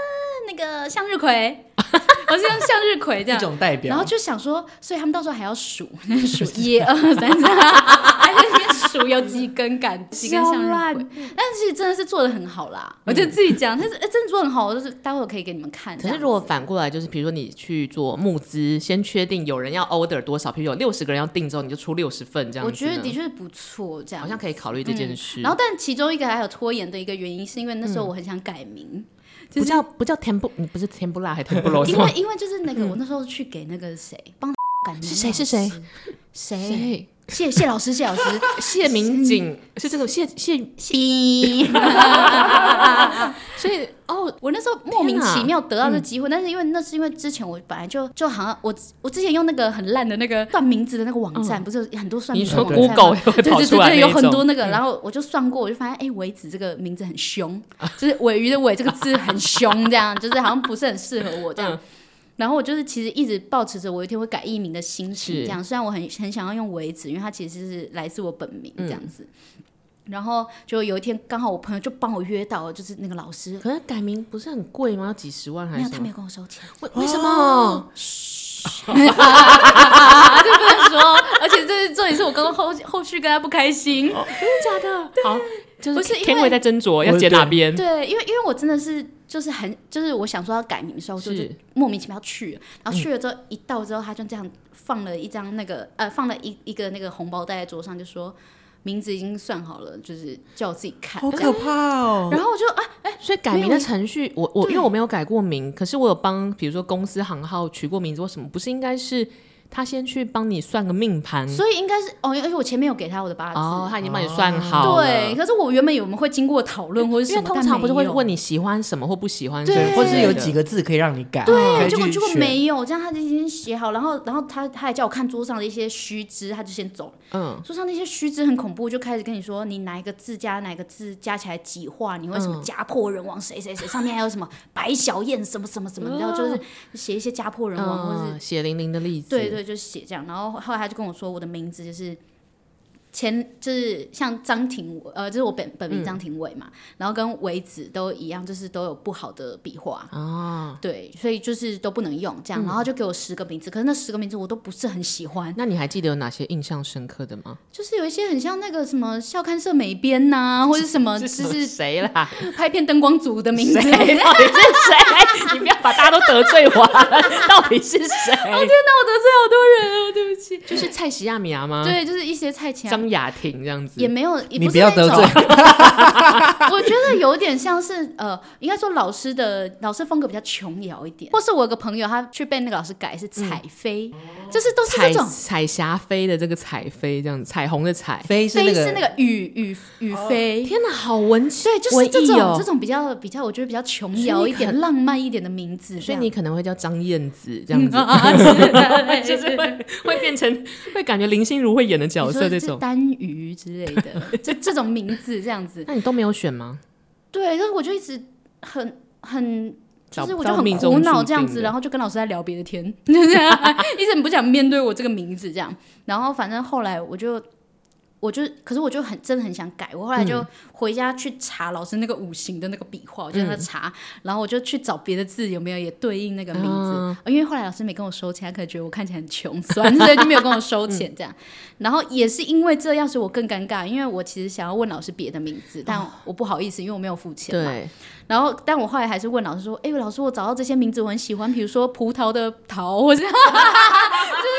[SPEAKER 2] 那个向日葵， 我是用向日葵这
[SPEAKER 3] 一
[SPEAKER 2] 样。
[SPEAKER 3] 种代
[SPEAKER 2] 然后
[SPEAKER 3] 表，
[SPEAKER 2] 就想说，所以他们到时候还要数数一二三四，还在那边数有几根杆，几根向日葵。但是其实真的是做的很好啦，我就自己讲，但是、哎真的做的很好，我就是待会我可以给你们看。
[SPEAKER 1] 可
[SPEAKER 2] 这
[SPEAKER 1] 是
[SPEAKER 2] 样
[SPEAKER 1] 如果反过来，就是比如说你去做募资，先确定有人要 order 多少，比如有六十个人要订之后，你就出六十份这样
[SPEAKER 2] 我
[SPEAKER 1] 子。
[SPEAKER 2] 觉得的，确不错，这样
[SPEAKER 1] 好像可以考虑这件事。
[SPEAKER 2] 然后，但其中一个还有拖延的一个原因，是因为那时
[SPEAKER 1] 嗯
[SPEAKER 2] 候我很想改名，
[SPEAKER 1] 不叫不叫甜不，你不是甜不辣，还甜不罗
[SPEAKER 2] 因
[SPEAKER 1] 嗦
[SPEAKER 2] 为？因为就是那个、我那时候去给那个谁帮改
[SPEAKER 1] 嗯
[SPEAKER 2] 名
[SPEAKER 1] 是谁
[SPEAKER 2] 老师
[SPEAKER 1] 是谁
[SPEAKER 2] 谁
[SPEAKER 1] 谁？
[SPEAKER 2] 谢谢老师 谢老师
[SPEAKER 1] 谢明景是这个谢谢，
[SPEAKER 2] 谢。
[SPEAKER 1] 所以哦，
[SPEAKER 2] 我那时候莫名其妙得到这机会，但是因为那是因为之前我本来就就好像我我之前用那个很烂的那个算名字的那个网站，不是有很多 算
[SPEAKER 1] 嗯你
[SPEAKER 2] 命的
[SPEAKER 1] 说
[SPEAKER 2] 网站吗
[SPEAKER 1] Google 会
[SPEAKER 2] 对对
[SPEAKER 1] 跑
[SPEAKER 2] 对
[SPEAKER 1] 出来
[SPEAKER 2] 对，有
[SPEAKER 1] 那一
[SPEAKER 2] 很多
[SPEAKER 1] 种，嗯
[SPEAKER 2] 那个，然后我就算过，我就发现，哎、尾子这个名字很凶，就是尾鱼的尾这个字很凶，这样就是好像不是很适合我这
[SPEAKER 1] 嗯
[SPEAKER 2] 样。然后我就是其实一直保持着我有一天会改艺名的心情，
[SPEAKER 1] 是
[SPEAKER 2] 这样。虽然我很很想要用尾子，因为它其实是来自我本名
[SPEAKER 1] 嗯
[SPEAKER 2] 这样子。然后就有一天刚好我朋友就帮我约到了，就是那个老师，
[SPEAKER 1] 可是改名不是很贵吗？要几十万还
[SPEAKER 2] 没有
[SPEAKER 1] 是
[SPEAKER 2] 他
[SPEAKER 1] 什 么？
[SPEAKER 2] 没有跟我收钱，
[SPEAKER 1] 哦为为什么？
[SPEAKER 2] 啊，这不能说，而且这是重点是我刚刚后后续跟他不开心，
[SPEAKER 1] 真的假的？好，就是
[SPEAKER 2] 不是因为
[SPEAKER 1] 天伟在斟酌要
[SPEAKER 3] 我
[SPEAKER 1] 剪
[SPEAKER 3] 对
[SPEAKER 1] 哪边，
[SPEAKER 2] 对，因为因为我真的是就是很就是我想说要改名的时候，我就是就莫名其妙去了，
[SPEAKER 1] 嗯
[SPEAKER 2] 然后去了之后、一到之后，他就这样放了一张那个呃放了一一个那个红包袋在桌上，就说名字已经算好了，就是叫我自己看。
[SPEAKER 3] 好可怕哦！
[SPEAKER 2] 然后我就啊，
[SPEAKER 1] 所以改
[SPEAKER 2] 没
[SPEAKER 1] 名
[SPEAKER 2] 有
[SPEAKER 1] 的程序，我我因为我没有改过名，可是我有帮，比如说公司行号取过名字或什么，不是应该是他先去帮你算个命盘，
[SPEAKER 2] 所以应该是哦，因为我前面有给他我的八字，
[SPEAKER 1] 嗯哦，他已经帮你算好了。
[SPEAKER 2] 哦对。可是我原本以为我们会经过讨论或者
[SPEAKER 1] 因
[SPEAKER 2] 什
[SPEAKER 1] 为
[SPEAKER 2] 么，
[SPEAKER 1] 通
[SPEAKER 2] 但
[SPEAKER 1] 常不是
[SPEAKER 2] 没
[SPEAKER 1] 会
[SPEAKER 2] 有
[SPEAKER 1] 问你喜欢什么或不喜欢什
[SPEAKER 2] 对
[SPEAKER 1] 么之类
[SPEAKER 3] 对，
[SPEAKER 1] 的，
[SPEAKER 3] 或者是有几个字可以让你改，
[SPEAKER 2] 对，
[SPEAKER 3] 对
[SPEAKER 2] 结果结果
[SPEAKER 3] 选。
[SPEAKER 2] 没有，这样他就已经写好，然后然后他他还叫我看桌上的一些须知，他就先走了。
[SPEAKER 1] 嗯，
[SPEAKER 2] 桌上那些须知很恐怖，就开始跟你说你哪一个字加哪个字加起来几画，你会什么
[SPEAKER 1] 嗯
[SPEAKER 2] 家破人亡谁谁谁，上面还有什么白小燕什么什么什么，你知道就是写一些家破人亡，或是
[SPEAKER 1] 哦嗯，血淋淋的例子，
[SPEAKER 2] 对对，就写这样。然后后来他就跟我说我的名字就是。前就是像张庭伟，呃，就是我本本
[SPEAKER 1] 嗯
[SPEAKER 2] 名张庭伟嘛，然后跟伟子都一样，就是都有不好的笔画，
[SPEAKER 1] 啊，
[SPEAKER 2] 对，所以就是都不能用这
[SPEAKER 1] 嗯
[SPEAKER 2] 样，然后就给我十个名字，可是那十个名字我都不是很喜欢，
[SPEAKER 1] 那你还记得有哪些印象深刻的吗？
[SPEAKER 2] 就是有一些很像那个什么校刊社美编呐、或者什么呃就是
[SPEAKER 1] 谁 啦？
[SPEAKER 2] 拍片灯光组的名字。
[SPEAKER 1] 谁？啊到底是谁？你不要把大家都得罪完，到底是谁？
[SPEAKER 2] 那我得罪好多人哦，对不起。
[SPEAKER 1] 就是蔡徐亚米亚吗？，
[SPEAKER 2] 对，就是一些菜钱啊，
[SPEAKER 1] 张雅婷这样子，
[SPEAKER 2] 也没有，也
[SPEAKER 3] 你
[SPEAKER 2] 不
[SPEAKER 3] 不
[SPEAKER 2] 是
[SPEAKER 3] 要
[SPEAKER 2] 那
[SPEAKER 3] 得
[SPEAKER 2] 种。
[SPEAKER 3] 罪
[SPEAKER 2] 我觉得有点像是呃，应该说老师的老师风格比较琼瑶一点，或是我有个朋友他去被那个老师改是彩飞，就是都是
[SPEAKER 1] 彩
[SPEAKER 2] 这种
[SPEAKER 1] 彩霞飞的这个彩飞这样子，彩虹的彩。
[SPEAKER 3] 飞是那
[SPEAKER 2] 飞是
[SPEAKER 3] 个
[SPEAKER 2] 那个雨雨雨飞。
[SPEAKER 1] 天哪，好文气，
[SPEAKER 2] 对，就是这
[SPEAKER 1] 文艺
[SPEAKER 2] 种、
[SPEAKER 1] 哦
[SPEAKER 2] 这种比较比较，我觉得比较琼
[SPEAKER 1] 所以
[SPEAKER 2] 瑶
[SPEAKER 1] 你
[SPEAKER 2] 一
[SPEAKER 1] 可
[SPEAKER 2] 点、浪漫一点的名字这样。
[SPEAKER 1] 所以你可能会叫张燕子这样子，啊 就
[SPEAKER 2] 就是
[SPEAKER 1] 会会变成会感觉林心如会演的角色这种。
[SPEAKER 2] 单鱼之类 的，这这种名字这样子。
[SPEAKER 1] 那你都没有选吗？
[SPEAKER 2] 对，但是我就一直很很。
[SPEAKER 1] 找
[SPEAKER 2] 就是我
[SPEAKER 1] 不
[SPEAKER 2] 就
[SPEAKER 1] 到
[SPEAKER 2] 很
[SPEAKER 1] 命
[SPEAKER 2] 苦
[SPEAKER 1] 中
[SPEAKER 2] 恼
[SPEAKER 1] 注
[SPEAKER 2] 这样
[SPEAKER 1] 定
[SPEAKER 2] 子，
[SPEAKER 1] 的
[SPEAKER 2] 然后就跟老师在聊别的天， 就是这样一直很不想面对我这个名字这样。然后反正后来我就，我就，可是我就很真的很想改，我后
[SPEAKER 1] 嗯
[SPEAKER 2] 来就回家去查老师那个五行的那个笔画，我就让他查，然后我就去找别的字有没有也对应那个名字，哦
[SPEAKER 1] 嗯
[SPEAKER 2] 因为后来老师没跟我收钱，他可能觉得我看起来很穷酸，所 以就没有跟我收钱这样。然后也是因为这样，所以我更尴尬，因为我其实想要问老师别的名字，但我不好意思，因为我没有付钱嘛。
[SPEAKER 1] 哦对，
[SPEAKER 2] 然后，但我后来还是问老师说：“哎、老师，我找到这些名字我很喜欢，比如说葡萄的桃，或是 就是，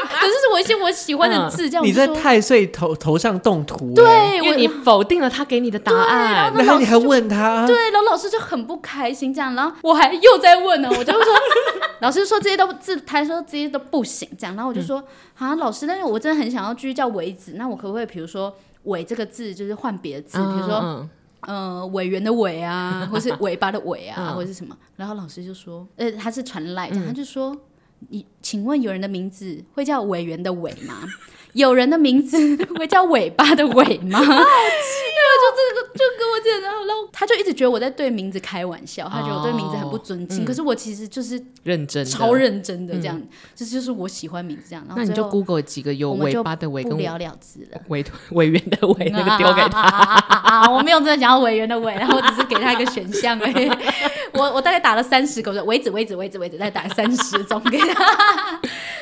[SPEAKER 2] 可是是我一些我喜欢
[SPEAKER 1] 嗯
[SPEAKER 2] 的字，这样我
[SPEAKER 3] 你
[SPEAKER 2] 就
[SPEAKER 3] 在
[SPEAKER 2] 说
[SPEAKER 3] 太岁头头上动土，欸，
[SPEAKER 2] 对
[SPEAKER 1] 因为
[SPEAKER 2] 我
[SPEAKER 1] 你否定了他给你的答案。
[SPEAKER 3] 然后你还问他，啊
[SPEAKER 2] 对，然后老师就很不开心，这样，然后我还又在问呢，我就说，老师说这些都字，他说这些都不行，这样，然后我就说，啊，老师，但是我真的很想要继续叫伟子，那我可不可以，比如说伟这个字，就是换别的字，比如说，
[SPEAKER 1] 嗯，
[SPEAKER 2] 呃，委员的委啊，或是尾巴的尾啊，
[SPEAKER 1] 嗯
[SPEAKER 2] 或是什么，然后老师就说，呃，他是传来的，他就说，你请问有人的名字会叫委员的委吗？ 有人的名字会叫尾巴的尾 吗？
[SPEAKER 1] 哦
[SPEAKER 2] 我记得，然后然后他就一直觉得我在对名字开玩笑，他觉得我对名字很不尊敬。
[SPEAKER 1] 哦嗯
[SPEAKER 2] 可是我其实就是
[SPEAKER 1] 认真的嗯
[SPEAKER 2] 超。认真的这样，这、就是我喜欢名字这样。然后
[SPEAKER 1] 那你
[SPEAKER 2] 最
[SPEAKER 1] 就
[SPEAKER 2] 后
[SPEAKER 1] Google 几个有
[SPEAKER 2] 我们
[SPEAKER 1] 尾
[SPEAKER 2] 就
[SPEAKER 1] 巴的尾
[SPEAKER 2] 不
[SPEAKER 1] 跟
[SPEAKER 2] 了了之了。
[SPEAKER 1] 委委员的委那个丢给他。
[SPEAKER 2] 啊啊啊啊啊啊我没有真的想要委员的委，然后我只是给他一个选项而已。我我大概打了三十个，我说为止为止为止为止，再打三十种给他。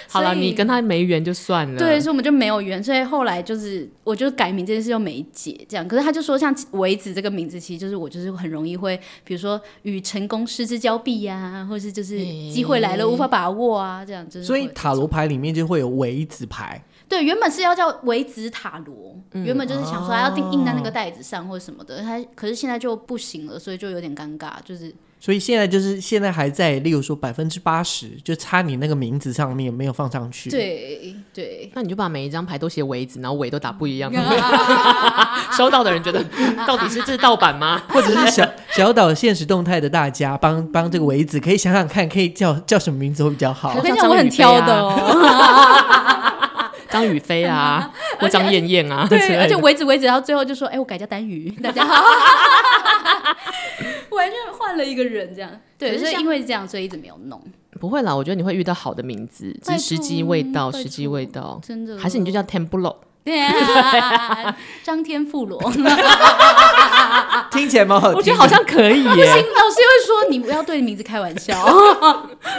[SPEAKER 1] 好了，
[SPEAKER 2] 所以
[SPEAKER 1] 你跟他没缘就算了。
[SPEAKER 2] 对，所以我们就没有缘，所以后来就是我就改名这件事就没解这样。可是他就说，像维子这个名字，其实就是我就是很容易会，比如说与成功失之交臂呀、或是就是机会来了无法把握啊，这样就是会。
[SPEAKER 3] 所以塔罗牌里面就会有尾子牌，
[SPEAKER 2] 对，原本是要叫维子塔罗，原本就是想说要定印在那个袋子上或者什么的，他可是现在就不行了，所以就有点尴尬，就是
[SPEAKER 3] 所以现在就是现在还在，例如说百分之八十，就差你那个名字上面没有放上去。，
[SPEAKER 2] 对对。
[SPEAKER 1] 那你就把每一张牌都写尾子，然后尾都打不一样。 收到的人觉得嗯到底是这是盗版吗？
[SPEAKER 3] 或者是小 小岛现实动态的大家帮帮
[SPEAKER 2] 嗯
[SPEAKER 3] 这个尾子，可以想想看，可以叫叫什么名字会比较好
[SPEAKER 2] 我。跟你讲，我很挑的哦，
[SPEAKER 1] 张雨霏 啊，或张燕燕啊，之类
[SPEAKER 2] 对，
[SPEAKER 1] 的
[SPEAKER 2] 而且维子维子，然后最后就说，哎，我改叫丹羽，大家好，完全换了一个人这样，对，
[SPEAKER 1] 可是
[SPEAKER 2] 所以
[SPEAKER 1] 像
[SPEAKER 2] 因为这样，所以一直没有弄，
[SPEAKER 1] 不会啦，我觉得你会遇到好的名字，只
[SPEAKER 2] 拜
[SPEAKER 1] 是
[SPEAKER 2] 托
[SPEAKER 1] 时机未到，
[SPEAKER 2] 拜托
[SPEAKER 1] 时机未到，
[SPEAKER 2] 真的，
[SPEAKER 1] 还是你就叫 Templo，
[SPEAKER 2] 对啊，张天妇罗，
[SPEAKER 3] 听起来蛮好听的。
[SPEAKER 1] 我觉得好像可以
[SPEAKER 2] 不行，
[SPEAKER 1] 耶，
[SPEAKER 2] 老师会说你不要对名字开玩笑。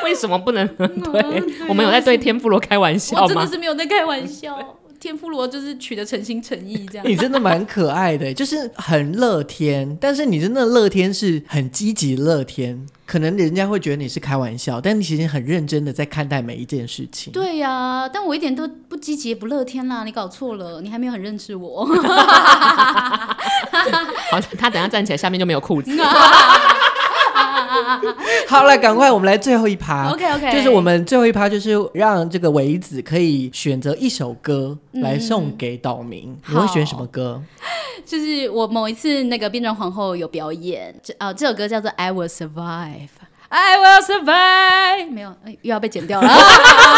[SPEAKER 1] 为什么不能？
[SPEAKER 2] 嗯对啊
[SPEAKER 1] 对，我们有在对天妇罗开玩笑
[SPEAKER 2] 我真的
[SPEAKER 1] 吗？
[SPEAKER 2] 是没有在开玩笑， 天妇罗就是取得诚心诚意 这样。
[SPEAKER 3] 你真的蛮可爱的，就是很乐天，但是你真的乐天是很积极乐天，可能人家会觉得你是开玩笑，但你其实很认真的在看待每一件事情。
[SPEAKER 2] 对呀、但我一点都不积极也不乐天啦，你搞错了，你还没有很认识我。
[SPEAKER 1] 好，他等一下站起来，下面就没有 裤子。
[SPEAKER 3] 好了，赶快我们来最后一趴。
[SPEAKER 2] OK OK，
[SPEAKER 3] 啊就是我们最后一趴，就是让这个维子可以选择一首歌来送给岛民，
[SPEAKER 2] 嗯
[SPEAKER 3] 你会选什么歌？
[SPEAKER 2] 就是我某一次那个变装皇后有表演，这啊、这首歌叫做《I Will Survive》，I will survive，没有、哎又要被剪掉了。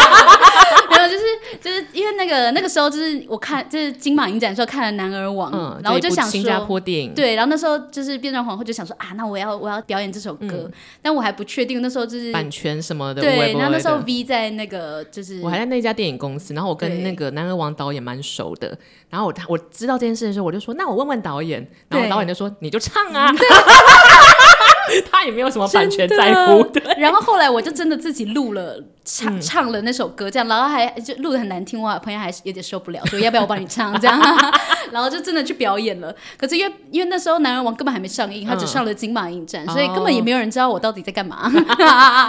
[SPEAKER 2] 没有，就是就是因为那个那个时候就是我看就是金马影展的时候看了《男儿王》
[SPEAKER 1] 嗯，
[SPEAKER 2] 然后我
[SPEAKER 1] 这
[SPEAKER 2] 就
[SPEAKER 1] 一部
[SPEAKER 2] 想
[SPEAKER 1] 新加
[SPEAKER 2] 说。
[SPEAKER 1] 坡电影，
[SPEAKER 2] 对，然后那时候就是变装皇后就想说啊，那我要我要表演这首歌，但我还不确定那时候就是
[SPEAKER 1] 版权什嗯么的，无
[SPEAKER 2] 对，
[SPEAKER 1] 微不
[SPEAKER 2] 然后那
[SPEAKER 1] 微
[SPEAKER 2] 时候
[SPEAKER 1] 的
[SPEAKER 2] V 在那个就是
[SPEAKER 1] 我还在那家电影公司，然后我跟
[SPEAKER 2] 对
[SPEAKER 1] 那个男儿王导演蛮熟的，然后我他我知道这件事的时候，我就说那我问问导演，然后
[SPEAKER 2] 对
[SPEAKER 1] 导演就说你就唱啊， 他也没有什么版权在乎
[SPEAKER 2] 真的。 啊然后后来我就真的自己录了
[SPEAKER 1] 嗯
[SPEAKER 2] 唱唱了那首歌，这样，然后还就录的很难听，我朋友还是有点受不了，说要不要我帮你唱这样， 然后就真的去表演了。可是因为因为那时候《男人王》根本还没上映，他只
[SPEAKER 1] 嗯
[SPEAKER 2] 上了金马影展，
[SPEAKER 1] 哦
[SPEAKER 2] 所以根本也没有人知道我到底在干嘛。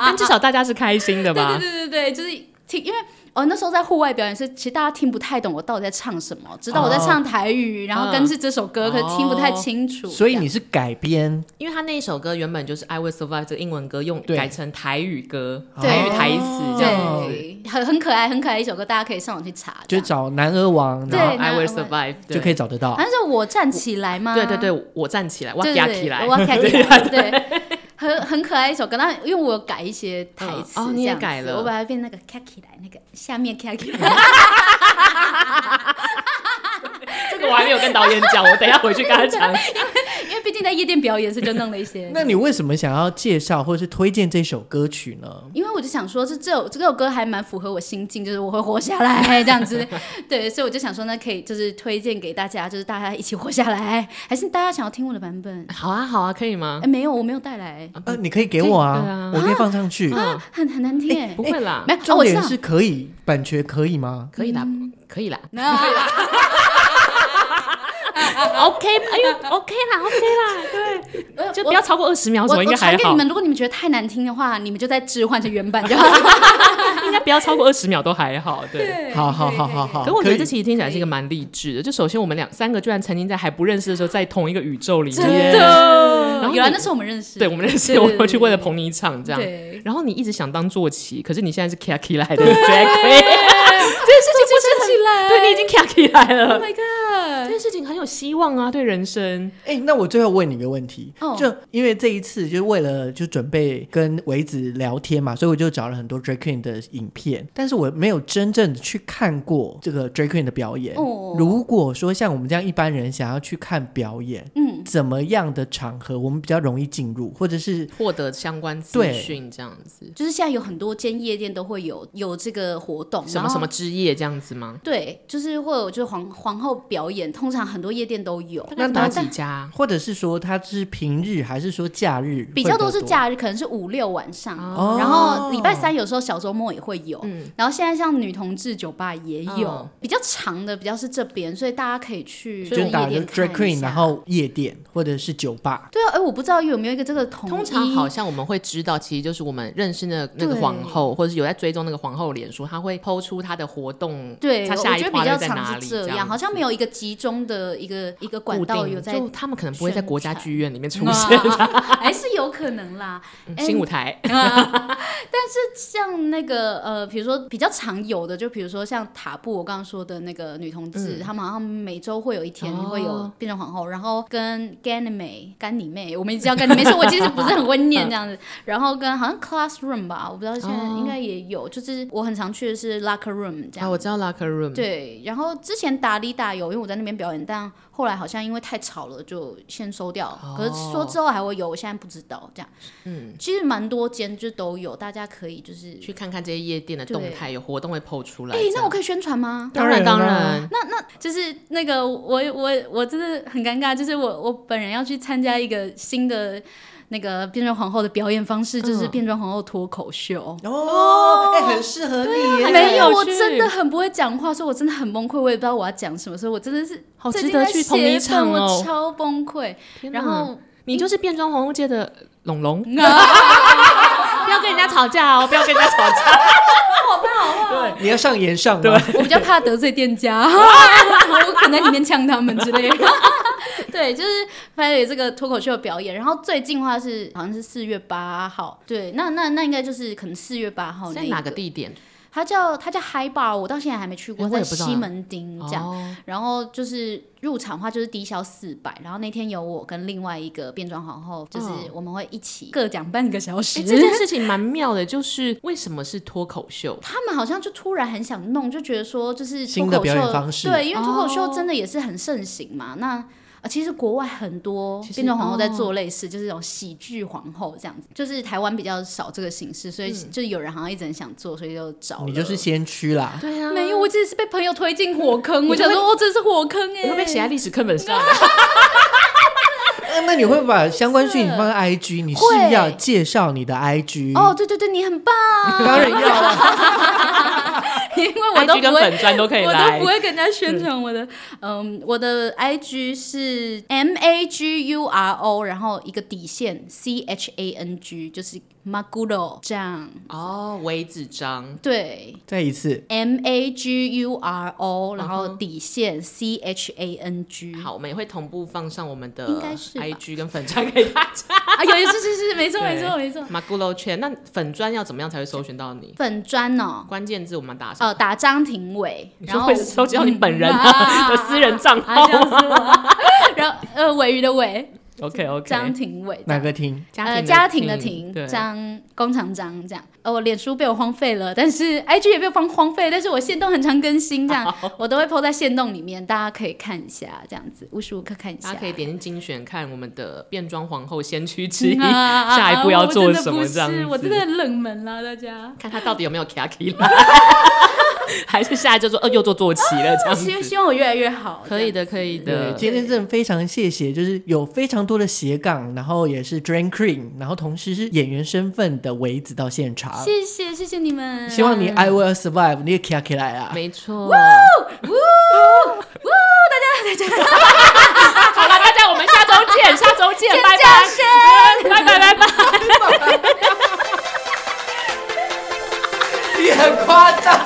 [SPEAKER 1] 但至少大家是开心的吧？
[SPEAKER 2] 啊对对对对，对，就是听，因为哦那时候在户外表演，所以其实大家听不太懂我到底在唱什么，知道我在唱台语，然后跟是这首歌，
[SPEAKER 1] 哦嗯
[SPEAKER 2] 可是听不太清楚。
[SPEAKER 3] 所以
[SPEAKER 2] 这样
[SPEAKER 3] 你是改编，
[SPEAKER 1] 因为他那一首歌原本就是《I Will Survive》这个英文歌，用
[SPEAKER 3] 对
[SPEAKER 1] 改成台语歌，
[SPEAKER 2] 对
[SPEAKER 1] 台语
[SPEAKER 2] 哦
[SPEAKER 1] 台词这样子，
[SPEAKER 2] 对很很可爱很可爱一首歌，大家可以上网去查。这
[SPEAKER 3] 就
[SPEAKER 2] 样
[SPEAKER 3] 找男儿王，
[SPEAKER 2] 对啊
[SPEAKER 3] 然
[SPEAKER 1] 《
[SPEAKER 3] 后
[SPEAKER 1] I Will
[SPEAKER 2] 那我
[SPEAKER 1] Survive》
[SPEAKER 3] 就可以
[SPEAKER 1] 以。
[SPEAKER 3] 找得到。
[SPEAKER 2] 但是我站起来吗？
[SPEAKER 1] 对对对，我站起来，我
[SPEAKER 2] 对，
[SPEAKER 1] 压
[SPEAKER 2] 对
[SPEAKER 1] 起来，
[SPEAKER 2] 我要站起来，对，很很可爱一首歌。那因为我有改一些台词，
[SPEAKER 1] 嗯哦
[SPEAKER 2] 这
[SPEAKER 1] 你也
[SPEAKER 2] 样子
[SPEAKER 1] 改了
[SPEAKER 2] 我把它变那个 k 起来，那个下面 k 起来。
[SPEAKER 1] 这个我还没有跟导演讲，我等一下回去跟他 讲。
[SPEAKER 2] 因为毕竟在夜店表演，所以就弄了一 些。
[SPEAKER 3] 那你为什么想要介绍或者是推荐这首歌曲呢？
[SPEAKER 2] 因为我就想说，这这首这首歌还蛮符合我心境，就是我会活下来这 样子，对，所以我就想说，那可以就是推荐给大家，就是大家一起活下来，还是大家想要听我的版 本？
[SPEAKER 1] 好啊，好啊，可以吗
[SPEAKER 2] 哎、？没有，我没有带来，
[SPEAKER 1] 啊
[SPEAKER 3] 呃，你可以给我
[SPEAKER 1] 对啊
[SPEAKER 3] 啊，我可以放上去。
[SPEAKER 1] 嗯，
[SPEAKER 2] 很很难听、哎
[SPEAKER 1] 不啊会啦
[SPEAKER 2] 没，有，哦，
[SPEAKER 3] 重
[SPEAKER 2] 我知道
[SPEAKER 3] 点，是可以，版权可以吗？
[SPEAKER 1] 可以啦，
[SPEAKER 2] 嗯
[SPEAKER 1] 可以啦。
[SPEAKER 2] 那
[SPEAKER 1] OK，哎呦，OK 啦，OK 啦，对， 就不要超过二十秒，
[SPEAKER 2] 我
[SPEAKER 1] 什么
[SPEAKER 2] 我
[SPEAKER 1] 应该还
[SPEAKER 2] 传给你
[SPEAKER 1] 好，
[SPEAKER 2] 们，如果你们觉得太难听的话，你们就再置换成原版就好。
[SPEAKER 1] 应该不要超过二十秒都还好， 对。
[SPEAKER 3] 好好好好好，
[SPEAKER 1] 可我觉
[SPEAKER 3] 可
[SPEAKER 1] 得
[SPEAKER 3] 以
[SPEAKER 1] 这其实听起来是一个蛮励志的。就首先我们两三个居然曾经在还不认识的时候，在同一个宇宙里面，
[SPEAKER 2] 的
[SPEAKER 1] 然后
[SPEAKER 2] 原来
[SPEAKER 1] 你
[SPEAKER 2] 那时候我们认识，
[SPEAKER 1] 对我们认识，
[SPEAKER 2] 对
[SPEAKER 1] 我们去为了捧你场这样。
[SPEAKER 2] 对，
[SPEAKER 1] 然后你一直想当坐骑，可是你现在是 k a k i 来 的 Jack，
[SPEAKER 2] 这件事情不是起来
[SPEAKER 1] 对你已经 k a k i 来
[SPEAKER 2] ，Oh
[SPEAKER 1] 了。
[SPEAKER 2] my
[SPEAKER 1] 这
[SPEAKER 2] god，
[SPEAKER 1] 件事情很有希望啊，对人生。
[SPEAKER 3] 哎、那我最后问你一个问题，
[SPEAKER 2] 哦
[SPEAKER 3] 就因为这一次就是为了就准备跟维子聊天嘛，所以我就找了很多 drag queen 的影片，但是我没有真正地去看过这个 drag queen 的表演。
[SPEAKER 2] 哦
[SPEAKER 3] 如果说像我们这样一般人想要去看表演，
[SPEAKER 2] 嗯，
[SPEAKER 3] 怎么样的场合我们比较容易进入，或者是
[SPEAKER 1] 获得相关资
[SPEAKER 3] 对
[SPEAKER 1] 讯这样子，
[SPEAKER 2] 就是现在有很多间夜店都会有有这个活动，
[SPEAKER 1] 什么
[SPEAKER 2] 然后
[SPEAKER 1] 什么。之夜这样子吗？
[SPEAKER 2] 对，就是会有就是皇皇后表演，通常很多夜店都有。
[SPEAKER 1] 那
[SPEAKER 2] 然
[SPEAKER 1] 哪
[SPEAKER 2] 后
[SPEAKER 1] 几
[SPEAKER 2] 但
[SPEAKER 1] 家啊？
[SPEAKER 3] 或者是说他是平日还是说假日会
[SPEAKER 2] 比较多是，假日，可能是五六晚上，
[SPEAKER 3] 哦
[SPEAKER 2] 然后礼拜三有时候小周末也会有。
[SPEAKER 1] 嗯
[SPEAKER 2] 然后现在像女同志酒吧也有，
[SPEAKER 1] 嗯
[SPEAKER 2] 比较长的比较是这边，所以大家可以去
[SPEAKER 1] 所以
[SPEAKER 3] 就
[SPEAKER 1] 我
[SPEAKER 3] 打
[SPEAKER 2] 夜
[SPEAKER 3] 着
[SPEAKER 2] 店
[SPEAKER 3] drag
[SPEAKER 2] 看一
[SPEAKER 3] queen，
[SPEAKER 2] 下
[SPEAKER 3] 然后夜店或者是酒吧。
[SPEAKER 2] 对啊，哎，我不知道有没有一个这个统一
[SPEAKER 1] 通常好像我们会知道，其实就是我们认识那那个
[SPEAKER 2] 对
[SPEAKER 1] 皇后，或者是有在追踪那个皇后脸书，她会抛出她的活动，
[SPEAKER 2] 对，
[SPEAKER 1] 她
[SPEAKER 2] 我
[SPEAKER 1] 下
[SPEAKER 2] 觉
[SPEAKER 1] 一
[SPEAKER 2] 得
[SPEAKER 1] 趴
[SPEAKER 2] 比
[SPEAKER 1] 又
[SPEAKER 2] 较
[SPEAKER 1] 在哪
[SPEAKER 2] 常
[SPEAKER 1] 里
[SPEAKER 2] 是这样，
[SPEAKER 1] 样，
[SPEAKER 2] 好像没有一个集中的一个一个管
[SPEAKER 1] 固
[SPEAKER 2] 道
[SPEAKER 1] 定
[SPEAKER 2] 有在
[SPEAKER 1] 就他们可能不会在
[SPEAKER 2] 宣
[SPEAKER 1] 国家剧院里面出现、
[SPEAKER 2] 啊， 还是有可能啦。
[SPEAKER 1] 嗯
[SPEAKER 2] 哎
[SPEAKER 1] 新舞台，
[SPEAKER 2] 像那个呃，比如说比较常有的，就比如说像塔布，我刚刚说的那个女同志，她、们好像每周会有一天
[SPEAKER 1] 嗯哦
[SPEAKER 2] 会有变成皇后，然后跟 Ganymede 干你妹，我们一直叫干你妹，所以我其实不是很会念这 样子。然后跟好像 Classroom 吧，我不知道现在
[SPEAKER 1] 哦
[SPEAKER 2] 应该也有，就是我很常去的是 Locker Room 这
[SPEAKER 1] 啊，
[SPEAKER 2] 样。
[SPEAKER 1] 我知道 locker room，，
[SPEAKER 2] 对，然后之前达里达有，因为我在那边表演，但后来好像因为太吵了，就先收掉。可是说之后还会有，我现在不知道这样。
[SPEAKER 1] 哦嗯，
[SPEAKER 2] 其实蛮多间就都有，大家可以就是
[SPEAKER 1] 去看看这些夜店的动态，有活动会抛出来
[SPEAKER 2] 哎、
[SPEAKER 1] 这样。
[SPEAKER 2] 那我可以宣传吗？
[SPEAKER 1] 当然
[SPEAKER 3] 当
[SPEAKER 1] 当
[SPEAKER 3] 然啊
[SPEAKER 1] 然，
[SPEAKER 2] 那那那就是那个我我我真的很尴尬，就是我我本人要去参加一个新的那个变装皇后的表演方式，就是
[SPEAKER 1] 嗯
[SPEAKER 2] 变装皇后脱口秀。
[SPEAKER 3] 哦，哎、很适合你耶。
[SPEAKER 2] 没有，
[SPEAKER 1] 很有
[SPEAKER 2] 我
[SPEAKER 1] 趣
[SPEAKER 2] 真的很不会讲话，所以我真的很崩溃，我也不知道我要讲什么，所以我真的是
[SPEAKER 1] 好
[SPEAKER 2] 最
[SPEAKER 1] 值
[SPEAKER 2] 近
[SPEAKER 1] 得
[SPEAKER 2] 在
[SPEAKER 1] 去捧
[SPEAKER 2] 写
[SPEAKER 1] 你
[SPEAKER 2] 本
[SPEAKER 1] 场
[SPEAKER 2] 我
[SPEAKER 1] 哦。
[SPEAKER 2] 超崩溃。
[SPEAKER 1] 天哪
[SPEAKER 2] 然后
[SPEAKER 1] 你就是变装皇后界的龙 龙，不要跟人家吵架哦，不要跟人家吵架。
[SPEAKER 3] 你要上演上对，
[SPEAKER 2] 我比较怕得罪 店家，我可能在里面呛他们之类的。对，就是拍了这个脱口秀的表演，然后最近的话是好像是四月八号，对，那那那应该就是可能四月八 号那
[SPEAKER 1] 在
[SPEAKER 2] 一
[SPEAKER 1] 哪个？地点？
[SPEAKER 2] 它叫它叫 High Bar，我到现在还没去过，
[SPEAKER 1] 哎我
[SPEAKER 2] 在
[SPEAKER 1] 也不知道
[SPEAKER 2] 西门町这样。
[SPEAKER 1] 哦
[SPEAKER 2] 然后就是入场的话就是低消四百，然后那天有我跟另外一个变装皇后，就是
[SPEAKER 1] 嗯
[SPEAKER 2] 我们会一起各讲半个小时。
[SPEAKER 1] 哎、这件事情蛮妙的，就是为什么是脱口秀？
[SPEAKER 2] 他们好像就突然很想弄，就觉得说就是脱
[SPEAKER 3] 新的
[SPEAKER 2] 口
[SPEAKER 3] 表演
[SPEAKER 2] 秀
[SPEAKER 3] 方式
[SPEAKER 2] 对，因为脱口秀
[SPEAKER 1] 哦
[SPEAKER 2] 真的也是很盛行嘛。那呃，其实国外很多
[SPEAKER 1] 其实嗯
[SPEAKER 2] 变装皇后在做类似，就是这种喜剧皇后这样子，就是台湾比较少这个形式，所以
[SPEAKER 1] 嗯
[SPEAKER 2] 就有人好像一直很想做，所以就找
[SPEAKER 3] 你
[SPEAKER 2] 了
[SPEAKER 3] 就是先驱啦。
[SPEAKER 1] 对啊
[SPEAKER 2] 没有，我只是被朋友推进火坑，我
[SPEAKER 1] 你就
[SPEAKER 2] 想
[SPEAKER 1] 会
[SPEAKER 2] 说，哦，这是火坑哎、
[SPEAKER 1] 我会被写在历史课本上。
[SPEAKER 3] 哎那那你会把相关讯息放在 IG，你是不是要介绍你的 IG？
[SPEAKER 2] 哦，，对对对，你很 棒，
[SPEAKER 3] 当然要啊，
[SPEAKER 2] 因为我都
[SPEAKER 1] IG
[SPEAKER 2] 不
[SPEAKER 1] 跟
[SPEAKER 2] 会
[SPEAKER 1] 粉砖都可以
[SPEAKER 2] 我都
[SPEAKER 1] 来
[SPEAKER 2] 不。会跟人家宣传我的，嗯，我的 I G 是 M A G U R O，然后一个底线 C H A N G，就是 Maguro 这样，
[SPEAKER 1] 哦，微子章，
[SPEAKER 2] 对
[SPEAKER 3] 再一次，
[SPEAKER 2] ，M A G U R O，然后
[SPEAKER 1] 嗯哼
[SPEAKER 2] 底线 C H A N G，
[SPEAKER 1] 好，我们也会同步放上我们的
[SPEAKER 2] 应该是吧
[SPEAKER 1] IG 跟粉砖给大家。
[SPEAKER 2] 啊，有是是是，没错没错没错，
[SPEAKER 1] 马古楼圈，那粉砖要怎么样才会搜寻到你？
[SPEAKER 2] 粉砖哦，
[SPEAKER 1] 关键字我们打什么？
[SPEAKER 2] 哦，打张庭伟，
[SPEAKER 1] 你
[SPEAKER 2] 然
[SPEAKER 1] 说
[SPEAKER 2] 后
[SPEAKER 1] 会是搜集到你本人
[SPEAKER 2] 嗯啊
[SPEAKER 1] 的的私人账
[SPEAKER 2] 啊，
[SPEAKER 1] 号
[SPEAKER 2] 这样
[SPEAKER 1] 吗
[SPEAKER 2] 是我， 然后呃，尾鱼的尾，
[SPEAKER 1] ？OK
[SPEAKER 2] 张
[SPEAKER 1] OK，
[SPEAKER 2] 庭伟，
[SPEAKER 3] 哪个听？
[SPEAKER 2] 呃，家庭的
[SPEAKER 1] 庭
[SPEAKER 2] 庭，
[SPEAKER 1] 对
[SPEAKER 2] 张工厂张这样。呃，我脸书被我荒废了，但是 IG 也被我荒荒废，但是我线动很常更新，这样我都会 PO 在线动里面，大家可以看一下，这样子无时无刻看一下。 嗯
[SPEAKER 1] 大
[SPEAKER 2] 啊
[SPEAKER 1] 家可以点进精选看我们的变装皇后先驱之一，
[SPEAKER 2] 嗯 啊
[SPEAKER 1] 下一步要
[SPEAKER 2] 啊
[SPEAKER 1] 做
[SPEAKER 2] 我真的
[SPEAKER 1] 什么
[SPEAKER 2] 不
[SPEAKER 1] 这样
[SPEAKER 2] 是
[SPEAKER 1] 子。
[SPEAKER 2] 我真的很冷门啦，大家。
[SPEAKER 1] 看他到底有没有卡起 来，还是下来就说呃又做坐骑了 这样
[SPEAKER 2] 希
[SPEAKER 1] 子？
[SPEAKER 2] 希望我越来越好，
[SPEAKER 1] 哦可以的，可以
[SPEAKER 3] 对，
[SPEAKER 1] 的。
[SPEAKER 3] 今天真的非常谢谢，就是有非常多的斜杠，然后也是 Drain Queen，然后同时是演员身份的维子到现场。
[SPEAKER 2] 这样。谢谢谢谢你们，
[SPEAKER 3] 希望你 I will survive，你也卡起来 啊！
[SPEAKER 1] 没错，
[SPEAKER 2] 大家
[SPEAKER 1] 好了，大家我们下周 见，下周见，拜
[SPEAKER 2] 掌
[SPEAKER 1] 拜，
[SPEAKER 2] 声。
[SPEAKER 1] 拜拜，拜拜。
[SPEAKER 3] 你很夸张。